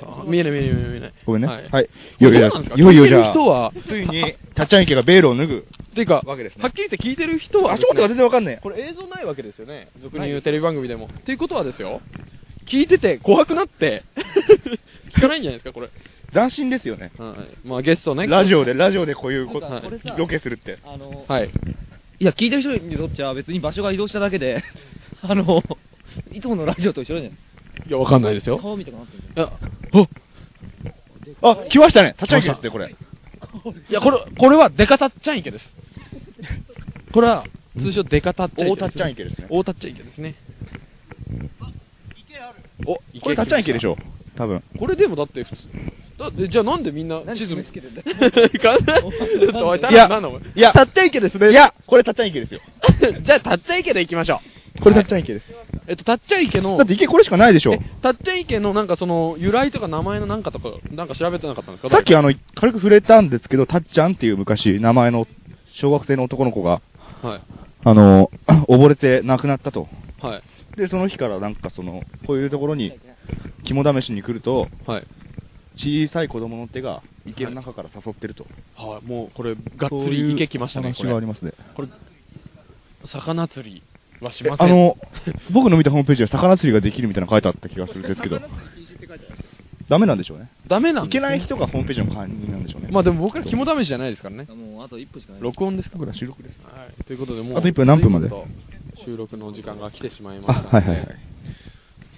さあ見えない見えない見えない。ごめんね。はい。はい。いよいどうなんよです、かいよいよ聞じいてゃるあ、人はついに、たっちゃん池がベールを脱ぐ。っていうか、わけですねはっきり言って聞いてる人は、あ、ちょっと待って全然わかんねこれ映像ないわけですよね。俗に言うテレビ番組でも。っていうことはですよ、聞いてて怖くなって、 聞かないんじゃないですか、これ。え。斬新ですよね。はい。まあゲストね。ラジオで、ラジオでこういうこなんかこれさロケするって。あのはい。いや、聞いてる人にとっちゃ別に場所が移動しただけで、 あの、いつものラジオと一緒じゃん。いや、わかんないですよ。顔見たくなってるじいや、おあ、来ましたね。たっちゃん池ですね、これ。いや、これ、これはデカタッチャン池です。これは、通称デカタッチャン池。大タッチャン池ですね大タッチャン池ですね。お、池これたっちゃん池でしょ。多分。これでもだって普通。だってじゃあなんでみんな地図見つけてんだよ。 ちょっとおい、いやなんだお前。いや、たっちゃん池ですね。いや、これたっちゃん池ですよ。じゃあ、タッチャン池で行きましょう。これたっちゃはいん池です。えっと、タッチャン池の、だって池これしかないでしょえ。タッチャン池のなんかその、由来とか名前のなんかとか、なんか調べてなかったんですかさっきあの、の、軽く触れたんですけど、たっちゃんっていう昔、名前の小学生の男の子が、はい。あの、 溺れて亡くなったと。はい。で、その日からなんかその、こういうところに、肝試しに来ると、はい。小さい子供の手が池の中から誘ってると。はい、もうこれ、がっつり池来ましたね、こそういう話があれ。りますね。これ、魚釣りはしえません。あの、僕の見たホームページは魚釣りができるみたいなの書いてあった気がするんです けど、ダメなんでしょうね。ダメなんいです、ね、けない人がホームページの管理なんでしょうね。まあでも僕ら肝試しじゃないですからねゃん。もうあと一歩しかない。録音ですか僕ら収録です。はい、ということでもうあと一分何分まで随と収録の時間が来てしまいあ、ましたのはいで はいはい。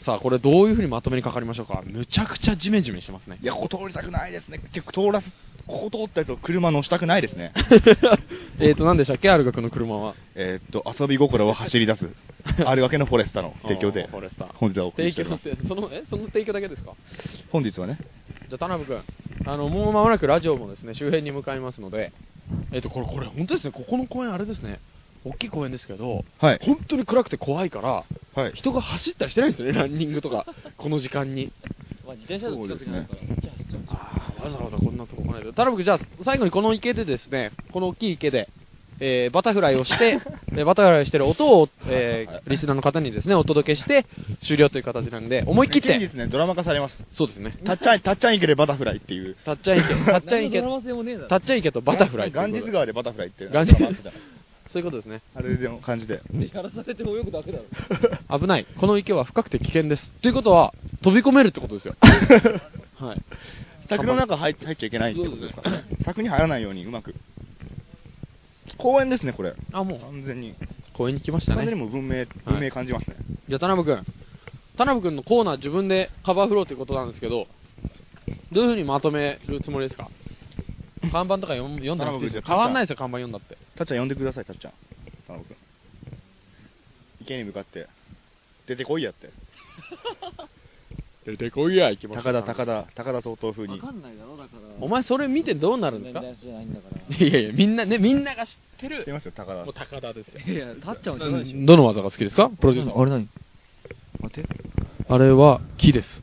さあこれどういうふうにまとめにかかりましょうかむちゃくちゃジメジメしてますねいや、ここ通りたくないですね。結構通らす、ここ通ったやつを車乗したくないですね。 えっと何でしたっけアルガ君の車はえーっと、遊び心を走り出す。 あるわけのフォレスタの提供あでーフォレスタ、本日はお送りしております。提供そのえその提供だけですか本日はね、じゃあ田辺君あのもう間もなくラジオもですね周辺に向かいますのでえっ、とこれこれ本当ですねここの公園あれですね大きい公園ですけど、はい本当に暗くて怖いからはい。人が走ったりしてないんですよねランニングと かこの時間にまあ自転車の近くにあるから。あーわざわざこんなとこ来ないで。タラブ君、じゃあ、最後にこの池でですね、この大きい池で、えーバタフライを して、えーバタフライをしてる音を、えーリスナーの方にですね、お届けして、終了という形なんで、思い切っ近て、日ね、ドラマ化されます。そうですね、たっちゃん、たっちゃん池でバタフライっていう。タッチャン 池、タッチャン池、何のドラマ性もねえだろタッチャン池とバタフライとガンいジうことで。ス川でバタフライっていう。ガンジスあったじゃないそういうことですね。あれでも感じで。やらされて泳ぐだけだろ。危ない。この池は深くて危険です。ということは、飛び込めるってこと ですよ。はい。柵の中入っ入っちゃいけないってことですかね。柵に入らないようにうまく。公園ですね、これ。あ、もう、完全に。公園に来ました完ね全に。もう文明、文明感じますね。じゃあ、田辺君。田辺君のコーナー自分でカバーフローということなんですけど、どういうふうにまとめるつもりですか看板とか読ん読んだらいいですよ。変わんないですよ、看板読んだって。たっちゃん呼んでください、たっちゃん。田辺君。池に向かって、出てこいやって。出てこいや、行きましょう高田、高田、高田総統風に。んないだろ、だから。お前それ見てどうなるんですか年代じゃないんだから。いやいや、みんなね、みんなが知って知っる。てますよ、高田もう。高田ですよ。いや、たっちゃんは知らないでしょ。どの技が好きですかプロデューサーあは。れ何待って。あれは木です。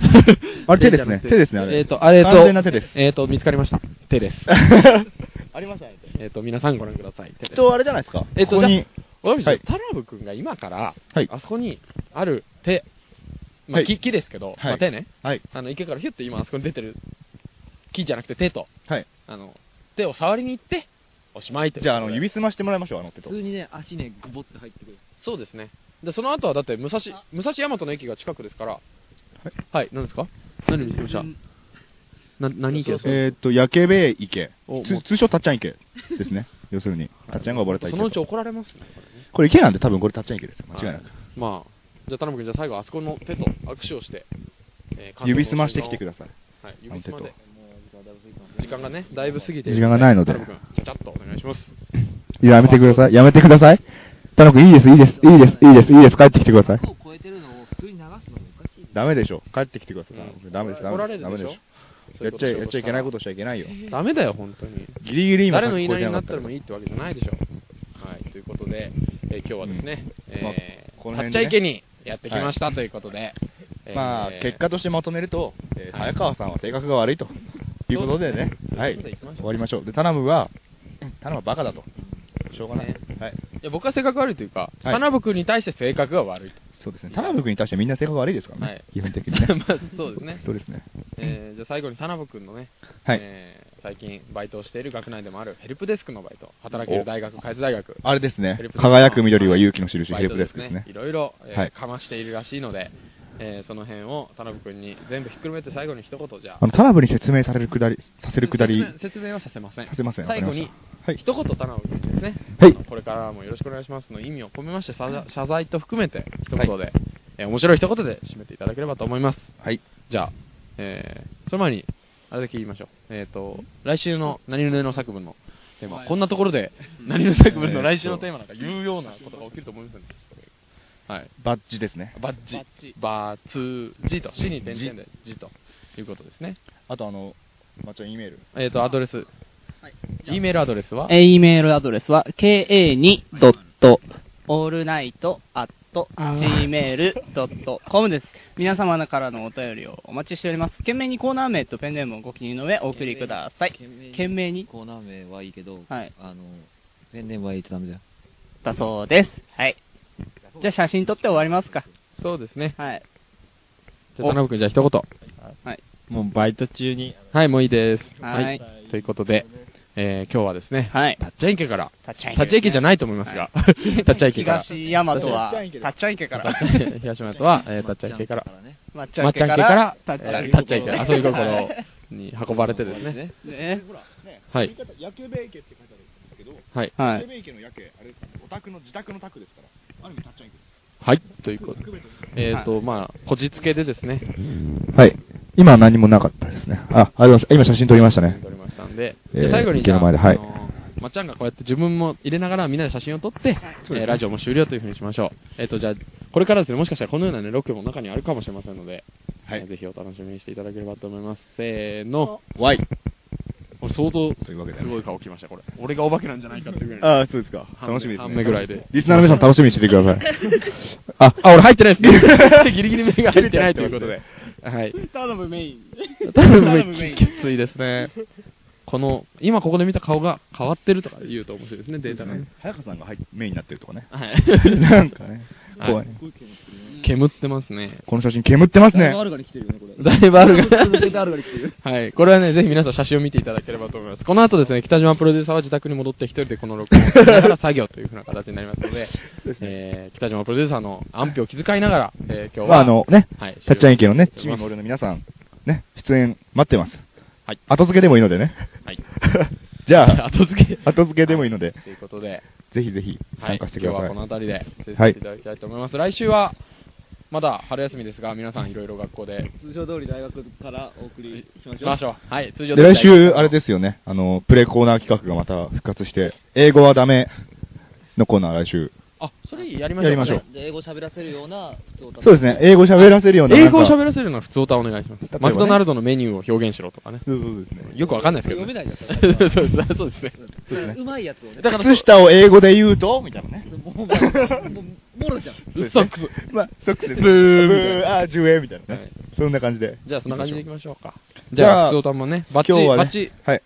あれ手ですね。手ですね、あれ。えっと、あれと、完全な手です。えっと、見つかりました。手 です。ありましたね。えっと、皆さんご覧ください。手ですと、あれじゃないですか。えっとここに、わかりましたはいタラブ君が今から、はいあそこにある手、まはあ、い木木ですけど、まあ、手ね、はい。あの池からヒュッと今あそこに出てる木じゃなくて手と、はい。あの手を触りに行って、おしまいというじゃあ、あの、ことで指すましてもらいましょう、あの手と普。通にね、足ね、ゴボって入ってくる。そうですね。で、その後はだって武蔵、武蔵大和の駅が近くですから、はい、何ですか何見つけましたな、何池ですかえーっと、やけべ池お。もうつ通称、たっちゃん池ですね。要するに、たっちゃんが溺れたそ池のうち。怒られますね、これね。これ池なんで多分これたっちゃん池ですよ。間違いなはく。まあ、じゃあ、田辺君、じゃあ最後、あそこの手と握手をして、えー指すましてきてください。はい、指すまであの手。時間がね、だいぶ過ぎて時間がないので田辺君、ちゃちゃっとお願いします。やめてください。やめてください。たのくん、いいです、いいです、いいです、いいです、いいです。帰ってきてください。を超えてるのを普通に流すのもおかしい。ダメでしょ。帰ってきてください。田野君ダメです、ダ怒らメでれす。るダメででししょょ。やっちゃい、やっちゃいけないことしちゃいけないよ。と。ダメだよ、本当に。ギリギリ今、誰の言いなりになったららもいいってわけじゃないでしょ。はい、ということで、えー今日はですね、うんまあえーこのたっ辺ちゃでね池にやってきましたということで、えーまあ、結果としてまとめると、えー早川さんは性格が悪いということでそうでね、すねはい、そういうことでいきましょう終わりましょう。で、タナムは、タナムはバカだと。しょうがないで。はい。いや僕は性格悪いというか、はい田辺君に対して性格が悪 いそうですね。タナム君に対してみんな性格悪いですからね、はい基本的にねと。。 まあ、そうですね。そうですね。えーじゃあ最後に田辺君のね、はいえー最近バイトをしている学内でもあるヘルプデスクのバイト、働ける大学、開津大学。あれですねヘルプ。デスク輝く緑は勇気の印、バイヘルトプデスクですねい。ろいろ、えーはいかましているらしいので、えーその辺を田辺君に全部ひっくるめて最後に一言じゃあの、タナムに説明されるくだり、させるくだり、説明説明はさせませんさせません最後にわかりま一言田辺君にですね、はいあのこれからもよろしくお願いしますの意味を込めましてさ謝罪と含めて一言で、えー面白い一言で締めていただければと思いますはい。じゃあ、えーその前にあれだけ言いましょうえっ、と来週の何々の作文のテーマ、こんなところで何々作文の来週のテーマなんか言うようなことが起きると思いますのではいバッジですね。バッジバツジと死に点々でジということですねあと、あの、まあ、ちょ、E メール。えっ、とアドレス E メールアドレスはえー、E メールアドレスは、ka2.allnight.gmail.com です。皆様からのお便りをお待ちしております。懸命にコーナー名とペンネームをご記入の上お送りください。懸命にコーナー名はいいけど、はいあの、ペンネームはいいとダメだよ。だそうです。はい。じゃあ写真撮って終わりますか。そうですねはい。じゃあ、田辺君、じゃあ一言。はい。もうバイト中に。はい、もういいです。はいということで、えー今日はですね、はいタッチャイケから、タッチャタッチャイケじゃないと思いますが、 タッチャイケから、東大和は、タッチャイケから、東村とは、えータッチャイケから、まっちゃまんっけちゃんか家らか、タら、ッチャイえーケ。タッチャイケ、遊び心に運ばれてですね、ね。はい、言い方、野球べ池って書いてあるんですけど、はい、は野球い。べ池の野系、あれですかね、お宅の自宅の宅ですから、ある意味、たっちゃん池です。はい、ということで、えっと、まあ、こじつけでですね、はい。今何もなかったですね。あ、ありました。今写真撮りましたね撮。りましたんで、えでー最後にじゃあ、池の前ではいあのーまっちゃんがこうやって自分も入れながらみんなで写真を撮って、えーラジオも終了というふうにしましょう。えっ、と、じゃあ、これからですね、もしかしたらこのようなね、ロケも中にあるかもしれませんので、はいえーぜひお楽しみにしていただければと思います。せーの。 Y。俺相当というわけでねすごい顔きました、これ。俺がお化けなんじゃないかっていうぐらい。ああ、そうですか。半目楽しみですね。半目ぐらいでリスナーの皆さん楽しみにしててください。 あ、あ、俺入ってないです。 ギリギリ目が入ってないということで。はい。頼むメイン。多頼む分メインきついですね。この、今ここで見た顔が変わってるとか言うと面白いですね、データがね。。早川さんが入っメインになってるとかねはい。なんかね、はい怖いね。 煙ってますね。この写真煙ってますね。るがに来てるよね、これ。だいぶあるが。あるがに来てる。 はい。これはね、ぜひ皆さん写真を見ていただければと思います。この後ですね、北島プロデューサーは自宅に戻って一人でこの録音をしながら作業というふうな形になりますので、えー、北島プロデューサーの安否を気遣いながら、えー、今日まは、あ、あのね、はい、たっちゃん池のね、終チ了ミモールの皆さん、ね、出演待ってます。はい後付けでもいいの でね。はい。じゃあ、後付け。後付けでもいいので、ということで、ぜひぜひは参い、加してく今だ日はさいこの。辺りで、失礼させていただきたいと思います。来週は、まだ春休みですが、皆さんいろいろ学校で、通常通り大学からお送りしまししょうま。しょう。はい、通常。で、来週、あれですすよね、あの、プレコーナー企画がまた復活して、英語はダメのコーナー来週あ、それやりましょう。やりましょう。で英語喋らせるような普通歌そうですね英語喋らせるような英語をなんか喋らせるような普通歌をお願いします。例えばねマクドナルドのメニューを表現しろとかね。そうそうですね。よくわかんないですけど、読めないですよ。そうですそうですね。だからうまいや つをね。だから靴下を英語で言うとみたいなね。もう、もう、もろじゃん。ソックス。まあ、ソックスでブーみブたいなー、あー、10円みたいなはね。そんな感じで。じゃあそんな感じでいきましょうか。じゃあ、普通歌もね、バッチ、今日はねバッチ、はい。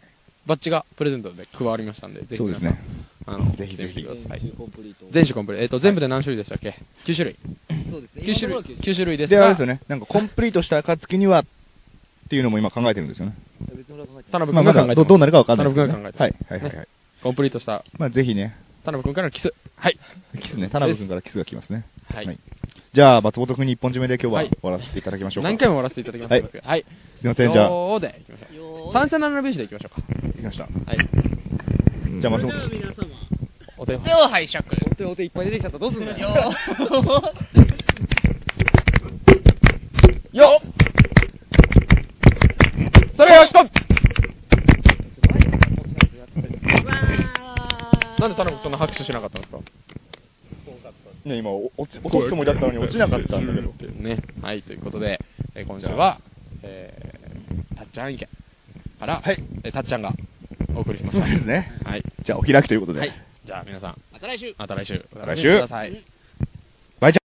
バッチがプレゼントで加わりましたんで、ぜひ。そうですね。あの、ぜひぜ来てひみてください全種コンプリート全種コンプリート。えっと、全部で何種類でしたっけ ?9 種類。そうですね。 9種類、九種類ですで、あれがですよ、ね、なんかコンプリートした暁にはっていうのも今考えてるんですよね。別の考えて田辺ま君あ、まが考だえてどどうなるかわかんな田いですけ辺どね、君が考えてますはい、はい、はいはい。コンプリートしたまあ、ぜひね、田辺君からのキス。はい。キスね、田辺君からキスが来ますね。はいじゃあ、松本君に一本締めで今日ははい終わらせていただきましょうか。何回も終わらせていただきますけど。は。はいい。すいませんじゃあよーで、いきましょう。三戦七のビーチでいきましょうか。行きました。はい。じゃあ、松本皆様。お手本。手を拝借。お手お手いっぱい出てきちゃった。どうすんだよ。 よっそれよしこなんで田辺君そんな拍手しなかったんですかね、今、お落ち落とすつもりだったのに落ちなかったんだけど。ね。はい、ということで、えー今週は、えー、たっちゃん意見から、はい、えーたっちゃんがお送りしましそうた。ですね。はい。じゃあ、お開きということで。はい。じゃあ皆さん、また来週。また来週、お来週楽しみください。